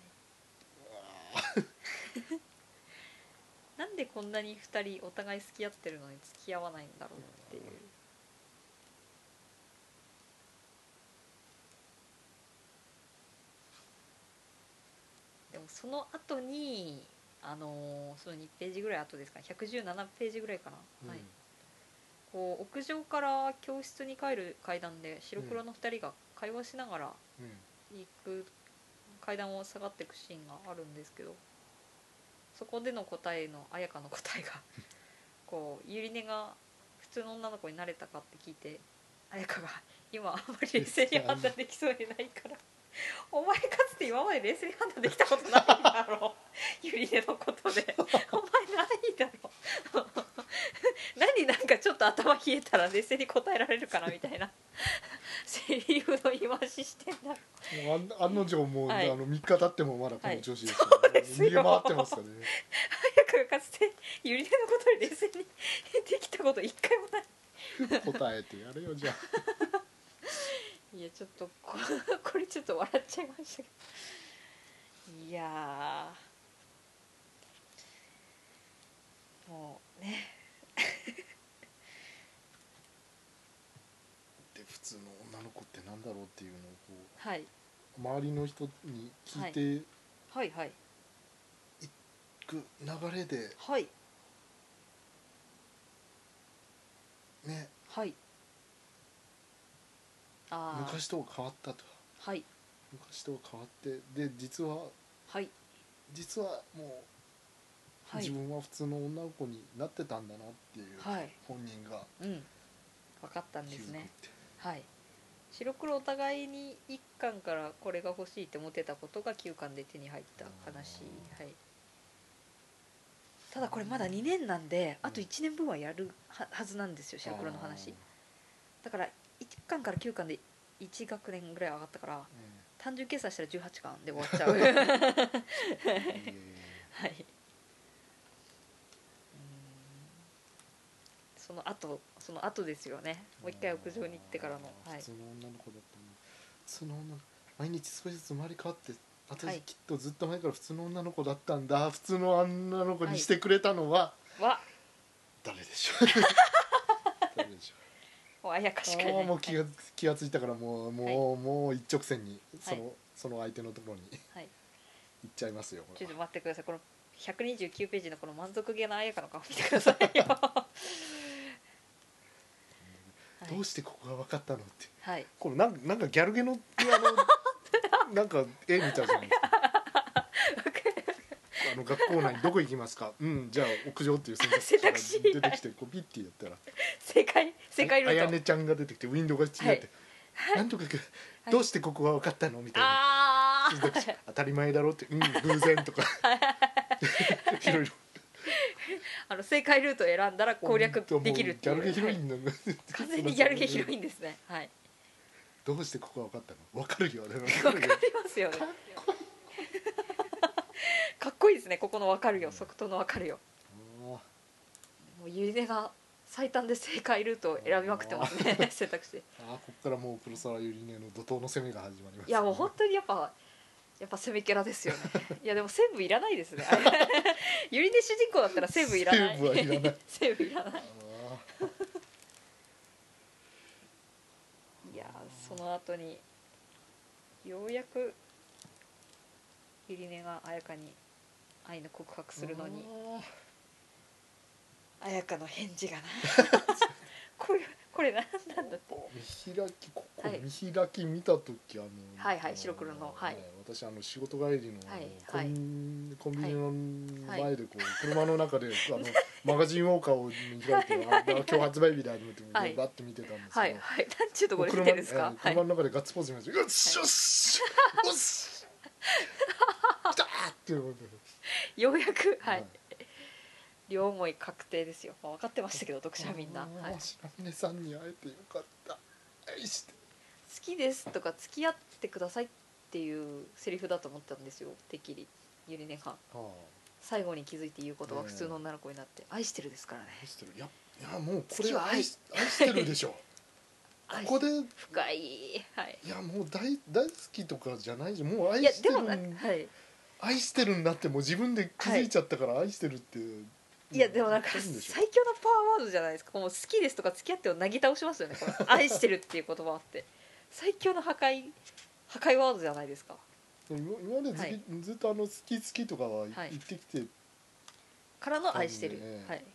Speaker 2: なんでこんなに二人お互い付き合ってるのに付き合わないんだろうっていうでもその後にあのーその2ページぐらい後ですか117ページぐらいかな、はい、こう屋上から教室に帰る階段で白黒の2人が会話しながら
Speaker 1: うん、うん
Speaker 2: 行く階段を下がっていくシーンがあるんですけどそこでの答えの綾香の答えがこうゆりねが普通の女の子になれたかって聞いて綾香が今あんまり冷静に判断できそうにないからお前かつて今まで冷静に判断できたことないんだろうゆりねのことでお前ないだろう 何なんかちょっと頭冷えたら冷静に答えられるかなみたいなセリフの言い回ししてんだろ
Speaker 1: もうあん案の定もう、
Speaker 2: はい
Speaker 1: あの3日経ってもまだこの調子です,、
Speaker 2: はいそうですよ
Speaker 1: 逃げ回ってますからね
Speaker 2: 早くかつてゆりねのことに冷静にできたこと一回もない
Speaker 1: 答えてやれよじゃあ
Speaker 2: いやちょっとここれちょっと笑っちゃいましたけどいやーもうね
Speaker 1: で普通の女の子ってなんだろうっていうのをこ
Speaker 2: はいう
Speaker 1: 周りの人に聞いてい
Speaker 2: はいはい
Speaker 1: く流れで
Speaker 2: はい
Speaker 1: ね、
Speaker 2: はいああ
Speaker 1: 昔とは変わったと
Speaker 2: はい
Speaker 1: 昔とは変わってで実は
Speaker 2: はい
Speaker 1: 実はもう
Speaker 2: は
Speaker 1: 自
Speaker 2: い
Speaker 1: 分は普通の女の子になってたんだなっていう、
Speaker 2: はい
Speaker 1: 本人が
Speaker 2: うん分かったんです
Speaker 1: くっ
Speaker 2: ね
Speaker 1: て
Speaker 2: はい白黒お互いに1巻からこれが欲しいって思ってたことが9巻で手に入った話、はい、ただこれまだ2年なんであと1年分はやるははずなんですよ白黒の話だから1巻から9巻で1学年ぐらい上がったから
Speaker 1: あー
Speaker 2: 単純計算したら18巻で終わっち ゃうは
Speaker 1: うんいえいえ
Speaker 2: いうんその後その後ですよねもう一回屋上に行ってからの
Speaker 1: あー
Speaker 2: はい
Speaker 1: 普通の女の子だったの普通の女の毎日少しずつ生まれ変わって私、
Speaker 2: はい
Speaker 1: きっとずっと前から普通の女の子だったんだ普通の女の子にしてくれたのは
Speaker 2: は
Speaker 1: 誰でし ょう誰でしょう
Speaker 2: もうあやかしかい
Speaker 1: あ
Speaker 2: な
Speaker 1: あ
Speaker 2: い
Speaker 1: もう気が気がついたからもうもう、もう一直線にその、
Speaker 2: はい
Speaker 1: その相手のところに
Speaker 2: はい、
Speaker 1: 行っちゃいますよこ
Speaker 2: ち
Speaker 1: れ
Speaker 2: ょっ
Speaker 1: は
Speaker 2: と待ってくださいこの129ページのこの満足げな綾香の顔見てくださいよはい
Speaker 1: どうしてここが分かったのって
Speaker 2: はい
Speaker 1: これなんなんかギャルゲ のあのなんか絵見たじゃないですか
Speaker 2: わかる
Speaker 1: あの学校内どこ行きますかうんじゃあ屋上っていう選択 肢が出てきてこうピッてやったら
Speaker 2: 正解正解ル
Speaker 1: あや
Speaker 2: ート
Speaker 1: ねちゃんが出てきてウィンドウが違って、なんとかくどうしてここが分かったのみたいな、
Speaker 2: あ
Speaker 1: 選択肢当たり前だろってうん偶然とか いろいろ
Speaker 2: ああの正解ルートを選んだら攻略できるってい
Speaker 1: もうギャルゲヒロイ
Speaker 2: う
Speaker 1: ンなんだ
Speaker 2: 完全にギャルゲヒロインですねはい
Speaker 1: どうしてここが分かったの分かるよ分
Speaker 2: わかりますよねかっこいいですねここの分かるよ即答の分かるよもうゆりねが最短で正解ルートを選びまくってますね 選択肢
Speaker 1: ああここからもう黒沢ゆりねの怒涛の攻めが始まります
Speaker 2: いやもう本当にやっぱやっぱ攻めキャラです よねいやでもセブンいらないですね ゆりね主人公だったらセブンいらない
Speaker 1: セブはいらない
Speaker 2: セブンいらな
Speaker 1: あ
Speaker 2: いいやーその後にようやくゆりねが綾香に愛の告白
Speaker 1: ー
Speaker 2: するのに
Speaker 1: あ
Speaker 2: 綾香の返 事がなこれこれなんなんだって
Speaker 1: ー見開きここ
Speaker 2: はい
Speaker 1: 見開き見た時あの
Speaker 2: はいは
Speaker 1: あ
Speaker 2: い
Speaker 1: の
Speaker 2: 白黒のはい
Speaker 1: 私あの仕事帰りのあの
Speaker 2: はい
Speaker 1: コ
Speaker 2: はい
Speaker 1: ンコンビニの
Speaker 2: はい
Speaker 1: 前でこう車の中であのマガジンウォーカーを開いてあ今日発売日だと思って
Speaker 2: はい
Speaker 1: バッて見てたんです
Speaker 2: は
Speaker 1: け
Speaker 2: い
Speaker 1: ど
Speaker 2: はいなんちゅうところで
Speaker 1: 車
Speaker 2: 見てるんですか
Speaker 1: えー
Speaker 2: はい
Speaker 1: 車の中でガッツポーズ見ましたよっしゃよっしゃよっしゃ来たーっていうので
Speaker 2: ようやくは
Speaker 1: はい
Speaker 2: い両思い確定ですよまあ分かってましたけど読者はみんな、
Speaker 1: あー
Speaker 2: はい、好
Speaker 1: 白峰さんに会えてよかった愛して
Speaker 2: きですとか付き合ってくださいっていうセリフだと思ったんですよてっきりゆりねが
Speaker 1: ああ
Speaker 2: 最後に気づいて言うことは普通の女の子になって「愛してる」ですからね
Speaker 1: 愛してるいやいやもうこ
Speaker 2: 月
Speaker 1: れ
Speaker 2: は愛
Speaker 1: 愛し愛してるで しょこ
Speaker 2: 愛
Speaker 1: こでい
Speaker 2: 深いはい
Speaker 1: やもう大大好きとかじゃないじゃんもう愛
Speaker 2: いや
Speaker 1: して
Speaker 2: で
Speaker 1: る
Speaker 2: も
Speaker 1: ん
Speaker 2: なはい
Speaker 1: 愛してるんだってもう自分で気づいちゃったから愛してるって、
Speaker 2: いやでもなんか
Speaker 1: 言
Speaker 2: 最
Speaker 1: ってるしょ
Speaker 2: 強のパワーワードじゃないですかもう好きですとか付き合ってをなぎ倒しますよねこれ愛してるっていう言葉って最強の破壊破壊ワードじゃないですか
Speaker 1: 今今までず,、
Speaker 2: はい
Speaker 1: ずっとあの好き好きとかは
Speaker 2: はい
Speaker 1: 言ってきて、
Speaker 2: からの愛してる、
Speaker 1: そうね
Speaker 2: はい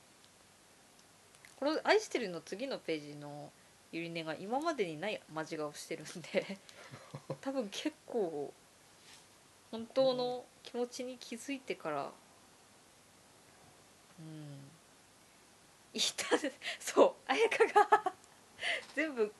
Speaker 2: この「愛してる」の次のページのゆりねが今までにない間違いをしてるんで 多分結構本当の気持ちに気づいてからうんいた そう綾香が 全部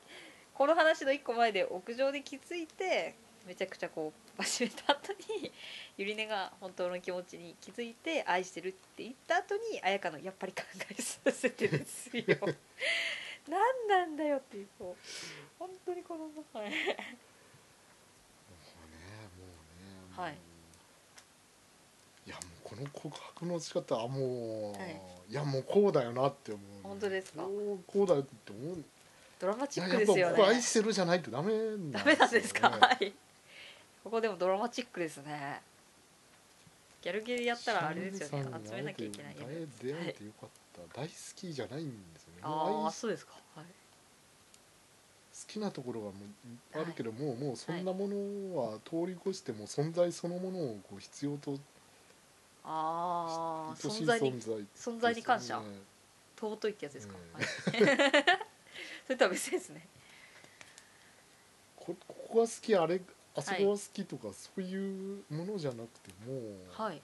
Speaker 2: この話の一個前で屋上で気づいてめちゃくちゃこうバシめた後にゆりねが本当の気持ちに気づいて愛してるって言った後に綾香のやっぱり考えさせてですよ何なんだよっていうこう本当にこのは
Speaker 1: もうねもう
Speaker 2: い
Speaker 1: ね
Speaker 2: はい
Speaker 1: もういやもうこの告白の仕方あもう、
Speaker 2: はい
Speaker 1: い、やもうこうだよなって思う
Speaker 2: 本当ですか
Speaker 1: こうこうだよって思う
Speaker 2: ドラマ
Speaker 1: い
Speaker 2: チ
Speaker 1: や
Speaker 2: ッ
Speaker 1: や
Speaker 2: ク
Speaker 1: っ
Speaker 2: で
Speaker 1: ぱ
Speaker 2: すよ
Speaker 1: 僕愛
Speaker 2: ね
Speaker 1: してるじゃないとダメなん
Speaker 2: ダメなんですか、
Speaker 1: よね
Speaker 2: はいここでもドラマチックですねギャルゲーやったらあれですよね
Speaker 1: 白峰
Speaker 2: 集
Speaker 1: さん
Speaker 2: め
Speaker 1: に
Speaker 2: な
Speaker 1: 会え
Speaker 2: き
Speaker 1: て
Speaker 2: ゃいけない
Speaker 1: 出会え出会えてよかった、大好きじゃないんですよね
Speaker 2: あ
Speaker 1: もう
Speaker 2: あ
Speaker 1: 愛し好
Speaker 2: そうですかはい
Speaker 1: きなところはもういっぱいあるけど、もうもうそんなものは通り越してもう存在そのものをこう必要と
Speaker 2: ああ
Speaker 1: 愛しい
Speaker 2: 存在に
Speaker 1: 存在
Speaker 2: 存在に感謝、
Speaker 1: ですよね
Speaker 2: 尊いってやつですか、
Speaker 1: うん
Speaker 2: はい それとは別ですね
Speaker 1: こここが好きあれあそこが好きとか、そういうものじゃなくてもう、
Speaker 2: はい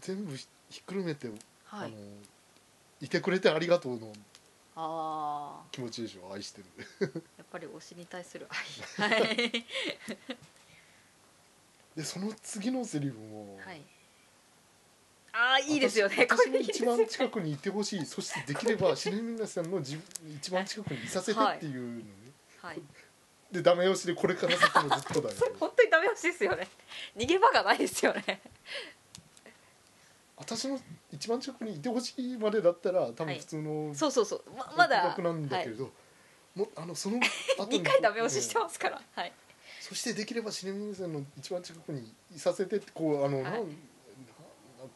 Speaker 1: 全部ひひっくるめて、
Speaker 2: は
Speaker 1: あ
Speaker 2: い
Speaker 1: のいてくれてありがとうの
Speaker 2: ああ
Speaker 1: 気持ちでしょ愛してる
Speaker 2: やっぱり推しに対する 愛はい
Speaker 1: でその次のセリフも、
Speaker 2: はいああいいですよねこ
Speaker 1: 私私
Speaker 2: れ
Speaker 1: の
Speaker 2: いいです
Speaker 1: 一
Speaker 2: よ
Speaker 1: 番
Speaker 2: ね
Speaker 1: 近くにいてほしいそしてできればシレミナさんの自分一番近くにいさせてっていうのね、
Speaker 2: はい
Speaker 1: でダメ押しでこれから先もずっとだよ、ね
Speaker 2: そ、れ本当にダメ押しですよね逃げ場がないですよね
Speaker 1: 私の一番近くにいてほしいまでだったら多
Speaker 2: は
Speaker 1: 分
Speaker 2: い
Speaker 1: 普通の
Speaker 2: そうそうそうままだ
Speaker 1: 告白なんだけれ
Speaker 2: は
Speaker 1: ど、もあのその
Speaker 2: い、2回ダ メ押ししてますからはい
Speaker 1: そしてできればシネミさんの一番近くにいさせてってこうあの、
Speaker 2: はい
Speaker 1: なんな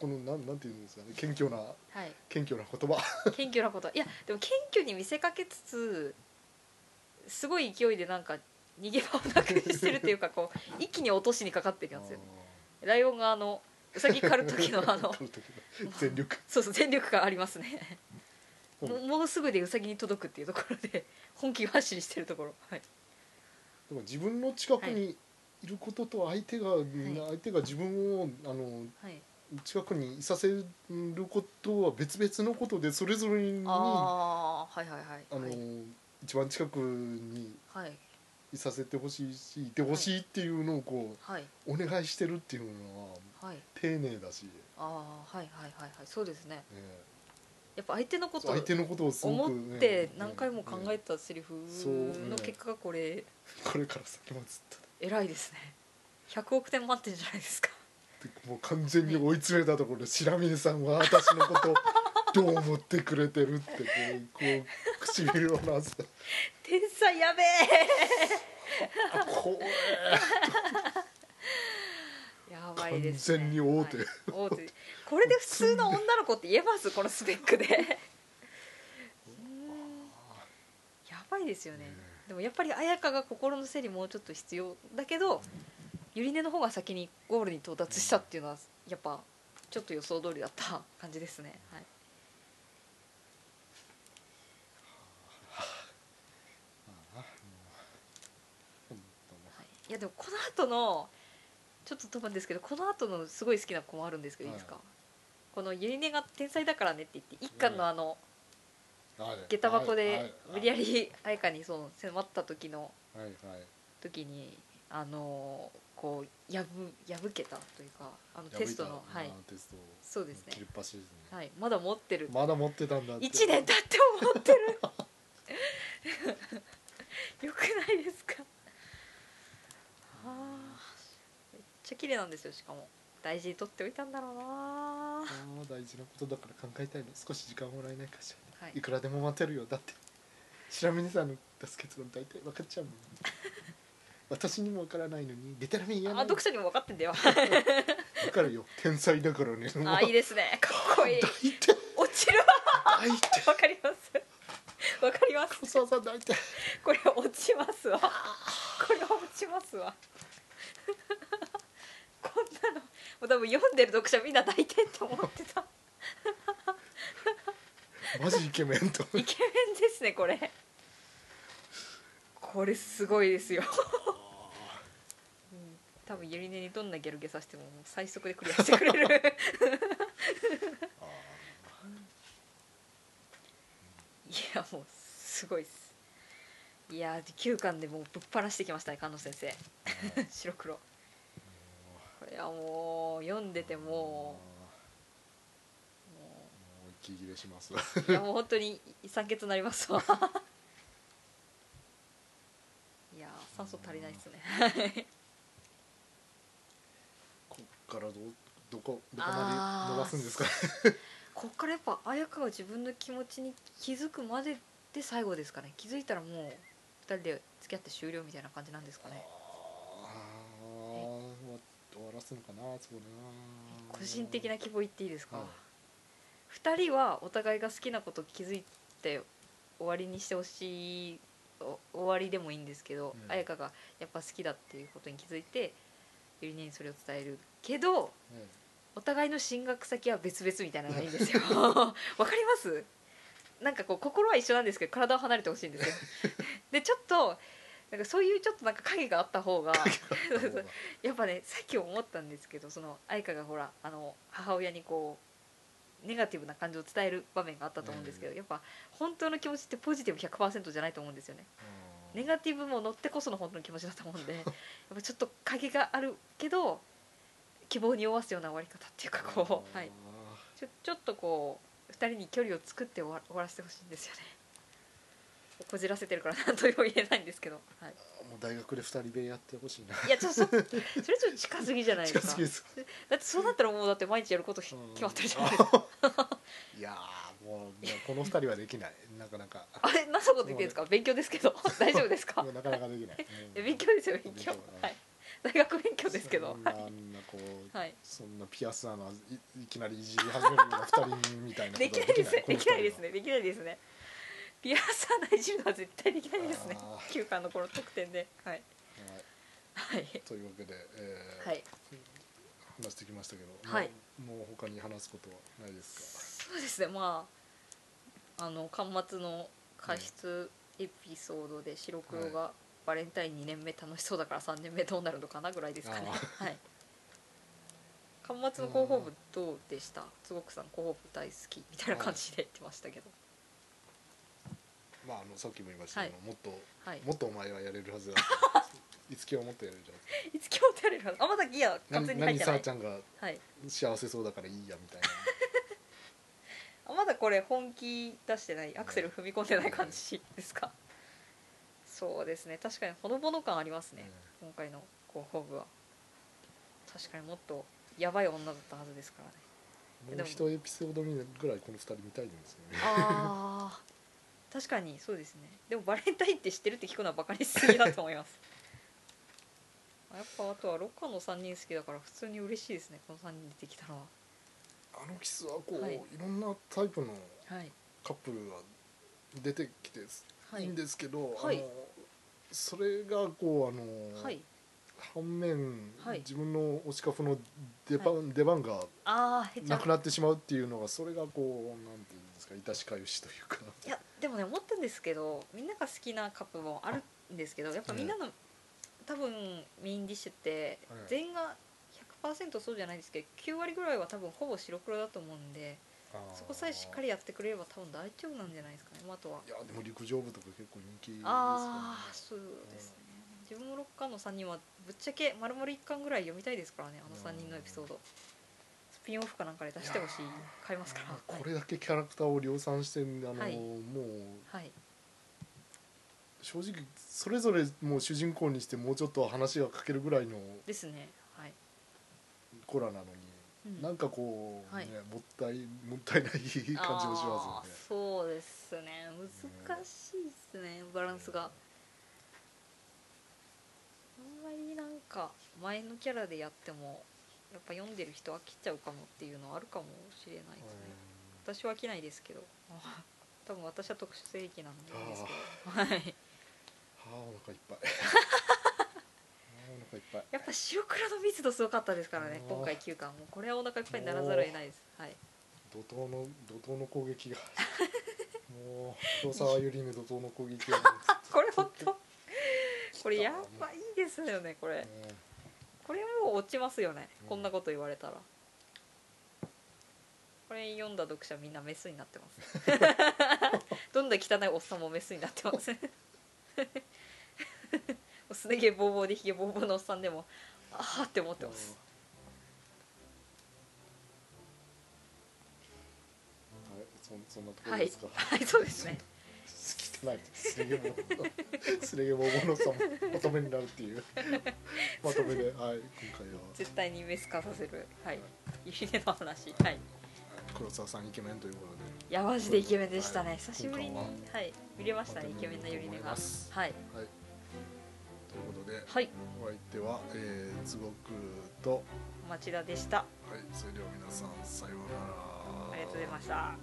Speaker 1: このなんなんていうんですかね謙虚な
Speaker 2: はい
Speaker 1: 謙虚な言葉
Speaker 2: 謙虚なこといやでも謙虚に見せかけつつすごい勢いでなんか逃げ場をなくしてるっていう かこう一気に落としにかかってるんですよねライオンがあのうさぎ狩る時の あ の
Speaker 1: 彼時の全力
Speaker 2: そうそう全力感ありますね
Speaker 1: うん
Speaker 2: もうもうすぐでうさぎに届くっていうところで本気走りしてるところはい
Speaker 1: でも自分の近くにいることと相手が、相手が自分をあの
Speaker 2: はい
Speaker 1: 近くにいさせることは別々のことでそれぞれにあ
Speaker 2: ああはいはいはい
Speaker 1: の、
Speaker 2: はい
Speaker 1: 一番近くに
Speaker 2: はい
Speaker 1: いさせてほしいしいてほしいっていうのをこ
Speaker 2: はいう
Speaker 1: お願いしてるっていうのは
Speaker 2: はい
Speaker 1: 丁寧だし、ね
Speaker 2: ああはいはいはいはいそうですねやっぱ相手のこと
Speaker 1: 相手のことをすごく、ね、
Speaker 2: 思って何回も考え
Speaker 1: ね
Speaker 2: たセリフ
Speaker 1: そううん
Speaker 2: の結果がこれ
Speaker 1: これから先もずっ
Speaker 2: 偉いですね100億点満点じゃない ですか
Speaker 1: とでもう完全に追い詰めたところで白峰さんは私のことを どう思ってくれてるってこうこう唇をなす
Speaker 2: 天才やべえ
Speaker 1: あ怖
Speaker 2: やばい
Speaker 1: え完
Speaker 2: です、ね、
Speaker 1: 全に大手、
Speaker 2: はい大手これで普通の女の子って言えますこのスペック でうんやばいですよねでもやっぱり綾香が心の整理もうちょっと必要だけどゆりねの方が先にゴールに到達したっていうのはやっぱちょっと予想通りだった感じですね、はい、
Speaker 1: ああもう本
Speaker 2: はいいやでもこの後のちょっと飛ぶんですけどこの後のすごい好きな子もあるんですけどいいですか、このゆりねが天才だからねって言って一巻のあの
Speaker 1: 当あれ
Speaker 2: 下駄箱で
Speaker 1: あれ
Speaker 2: 無理やり愛花にその迫った時の
Speaker 1: はいはい
Speaker 2: 時にあのーこう破破けたというかあの
Speaker 1: 破いた
Speaker 2: テストの
Speaker 1: あ
Speaker 2: はい
Speaker 1: テストを
Speaker 2: そうですね
Speaker 1: 切りっ端ですね、
Speaker 2: はいまだ持ってる
Speaker 1: まだ持ってたんだって
Speaker 2: 1年経って思ってる よくないですか あーめっちゃ綺麗なんですよしかも大事に取っておいたんだろうなは
Speaker 1: ああ大事なことだから考えたいの少し時間もらえないかしら
Speaker 2: い
Speaker 1: いくらでも待てるよだって白峰さんの出す結論大体分かっちゃうもん私にも分からないのにデタラメ
Speaker 2: あ
Speaker 1: 言わない
Speaker 2: 読者にも分かってんだよ
Speaker 1: 分かるよ天才だからね
Speaker 2: あーいいですね かっこいい
Speaker 1: 大体
Speaker 2: 落ちるわ
Speaker 1: 大体
Speaker 2: わかりますわかります
Speaker 1: 黒沢さん大体
Speaker 2: これ落ちますわこれ落ちますわ こんなのもう多分読んでる読者みんな泣いてって思ってた
Speaker 1: マジイケメン と
Speaker 2: イケメンですねこれこれすごいですよ、うん、多分ゆりねにどんなゲルゲさしてももう最速でクリアしてくれる いやもうすごいっすいや9巻でもうぶっ放してきましたね菅野先生白黒これはもう読んでてもうも
Speaker 1: あーもう息切れします
Speaker 2: ういやもう本当に酸欠になりますわいやー酸素足りないですね
Speaker 1: こっからどどこどこまで伸ばすんですか
Speaker 2: こっからやっぱ綾香が自分の気持ちに気づくまでで最後ですかね気づいたらもう2人で付き合って終了みたいな感じなんですか
Speaker 1: あ
Speaker 2: ね
Speaker 1: ー終わらすのかなそうな
Speaker 2: 個人的
Speaker 1: な
Speaker 2: な希望言っていいですか、
Speaker 1: はい
Speaker 2: 2人はお互いが好きなこと気づいて終わりにしてほしいお終わりでもいいんですけど
Speaker 1: うん
Speaker 2: 綾香、がやっぱ好きだっていうことに気づいてゆりねにそれを伝えるけどお互いの進学先は別々みたいなのがいいん ですよわかりますなんかこう心は一緒なんですけど体は離れてほしい んですよでちょっとなんかそういうちょっとなんか影があった方 が そうそうやっぱねさっきも思ったんですけどその愛花がほらあの母親にこうネガティブな感情を伝える場面があったと思うんですけど、やっぱ本当の気持ちってポジティブ100%じゃないと思うんですよねネガティブも乗ってこその本当の気持ちだと思うん でやっぱちょっと影があるけど希望に弱すような終わり方っていうかこう、はい、ちょちょっとこう2人に距離を作って終わ終わらせてほしいんですよね こじらせてるから何とも言えないんですけど、はい、
Speaker 1: もう大学で二人でやってほしいない
Speaker 2: やちょっとそそれちょっと近すぎじゃないで
Speaker 1: 近
Speaker 2: すか
Speaker 1: すぎ です
Speaker 2: だってそうなったらもうだって毎日やることひ
Speaker 1: うん
Speaker 2: 決まってるじゃないですか
Speaker 1: いやーもうこの二人はできないなかなか
Speaker 2: あれ何のこと言ってるんで すか勉強ですけど 大丈夫ですか
Speaker 1: もうなかなかできない
Speaker 2: いや勉強ですよ勉強
Speaker 1: 勉強
Speaker 2: はい大学勉強ですけ
Speaker 1: そ
Speaker 2: ど
Speaker 1: んな
Speaker 2: は
Speaker 1: あ
Speaker 2: い
Speaker 1: んなこう、
Speaker 2: はい
Speaker 1: そんなピアス穴いいきなりいじり始めるような二人みたいなこと
Speaker 2: で
Speaker 1: は
Speaker 2: きないですね
Speaker 1: こ
Speaker 2: で
Speaker 1: の
Speaker 2: きない
Speaker 1: 二
Speaker 2: で
Speaker 1: 人
Speaker 2: す
Speaker 1: は
Speaker 2: ねできないですねピアス穴いじるのは絶対できないですね
Speaker 1: あー
Speaker 2: 9巻のこの得点ではい
Speaker 1: はい
Speaker 2: はい
Speaker 1: というわけで、えー
Speaker 2: はい
Speaker 1: 話してきましたけど、
Speaker 2: はい
Speaker 1: もうもう他に話すことはないです
Speaker 2: そうですねまああの巻末の過失エピソードで白黒がバレンタイン2年目楽しそうだから3年目どうなるのかなぐらいですかねはい巻末の広報部どうでした坪くさん広報部大好きみたいな感じで言ってましたけど
Speaker 1: まああのさっきも言いましたけど、
Speaker 2: は
Speaker 1: もっと
Speaker 2: はい
Speaker 1: もっとお前はやれるは ずだいつきはもっとやれるじ
Speaker 2: いつ今日誰なのあまだギア
Speaker 1: ゃ
Speaker 2: 完
Speaker 1: んな
Speaker 2: 全に入
Speaker 1: 何
Speaker 2: ってな
Speaker 1: さあ
Speaker 2: い
Speaker 1: ちゃんが
Speaker 2: はい
Speaker 1: 幸せそうだからいいやみたいな
Speaker 2: あまだこれ本気出してないアクセル踏み込んでない感じですかそうですね確かにほのぼの感あり ますね、今回の広報部は確かにもっとやばい女だったはずですからね
Speaker 1: うん
Speaker 2: で
Speaker 1: も
Speaker 2: も
Speaker 1: う一エピソードぐらいこの二人見たいですよね
Speaker 2: あー 確かにそうですねでもバレンタインって知ってるって聞くのはバカにしすぎだと思います やっぱあとはロッカーの3人好きだから普通に嬉しいですねこの3人出てきたのは
Speaker 1: あのキスはこう、
Speaker 2: はい
Speaker 1: い、ろんなタイプの
Speaker 2: はい
Speaker 1: カップルが出てきて、
Speaker 2: はい
Speaker 1: い、いんですけど、
Speaker 2: はい
Speaker 1: あのそれがこうあの、
Speaker 2: はい
Speaker 1: 反面、
Speaker 2: はい
Speaker 1: 自分の推しカフの出番,、出番が
Speaker 2: ああへちゃ
Speaker 1: な
Speaker 2: う
Speaker 1: くなってしまうっていうのがそれがこうなんていうんですか致し返しというか
Speaker 2: いやでもね思ったんですけどみんなが好きなカップもあるんですけどやっぱみんなの、多分メインディッシュって
Speaker 1: はい
Speaker 2: 全員が100%そうじゃないですけど9割ぐらいは多分ほぼ白黒だと思うんでそこさえしっかりやってくれれば多分大丈夫なんじゃないですかね、まあ、あとはい
Speaker 1: やでも陸上部とか結構人気ですから
Speaker 2: ああそうですね自分も六巻の3人はぶっちゃけ丸々1巻ぐらい読みたいですからねあの3人のエピソードスピンオフかなんかで出してほしい
Speaker 1: いや
Speaker 2: 買いますか
Speaker 1: まあ
Speaker 2: ら
Speaker 1: これだけキャラクターを量産してあの、
Speaker 2: はい
Speaker 1: もう
Speaker 2: はい
Speaker 1: 正直それぞれもう主人公にしてもうちょっと話が書けるぐらいの
Speaker 2: ですねはい、
Speaker 1: 子らなのに、
Speaker 2: うん
Speaker 1: なんかこう、
Speaker 2: はい
Speaker 1: ねもったいもったいない感じがし
Speaker 2: あ
Speaker 1: ますよ
Speaker 2: ー
Speaker 1: ね。
Speaker 2: そうですね難しいですねバランスがあんまりなんか前のキャラでやってもやっぱ読んでる人飽きちゃうかもっていうのはあるかもしれないですね私は飽きないですけど 多分私は特殊正義なんでいいですけど はい
Speaker 1: うんあーお腹いっ ぱい。あーお腹いっぱい。
Speaker 2: やっぱ白黒の密度すごかったですからね
Speaker 1: おー
Speaker 2: 今回9巻もうこれはお腹いっぱいにならざるを得ないですはい
Speaker 1: 怒涛の怒涛の攻 撃が。もう黒沢ゆりの怒涛の攻撃が。
Speaker 2: これ本当これやばいですよねこ れ
Speaker 1: ね
Speaker 2: これもう落ちますよね、
Speaker 1: うん
Speaker 2: こんなこと言われたらこれ読んだ読者みんなメスになってます どんどん汚いおっさんもメスになってますおすね毛ボーボーでひげボーボーのおっさんでもああって思ってます
Speaker 1: はい、そんそんなところですか。
Speaker 2: はいそうですね
Speaker 1: 好きないです。すれげぼう。すれげぼうのさんまとめになるっていう。まとめで、はい、今回は
Speaker 2: 絶対にメス化させるはいゆりねの話はい
Speaker 1: 黒沢さんイケメンということで。
Speaker 2: いやマジでイケメンでしたね
Speaker 1: はい
Speaker 2: 久しぶりに
Speaker 1: 今
Speaker 2: は
Speaker 1: 回
Speaker 2: い見れましたねイケメンなゆりねがはい
Speaker 1: はい。ということで、
Speaker 2: はい
Speaker 1: お相手は、えー、つぼくと、
Speaker 2: 町田でした
Speaker 1: はい、それでは皆さん、さようなら。
Speaker 2: ありがとうございました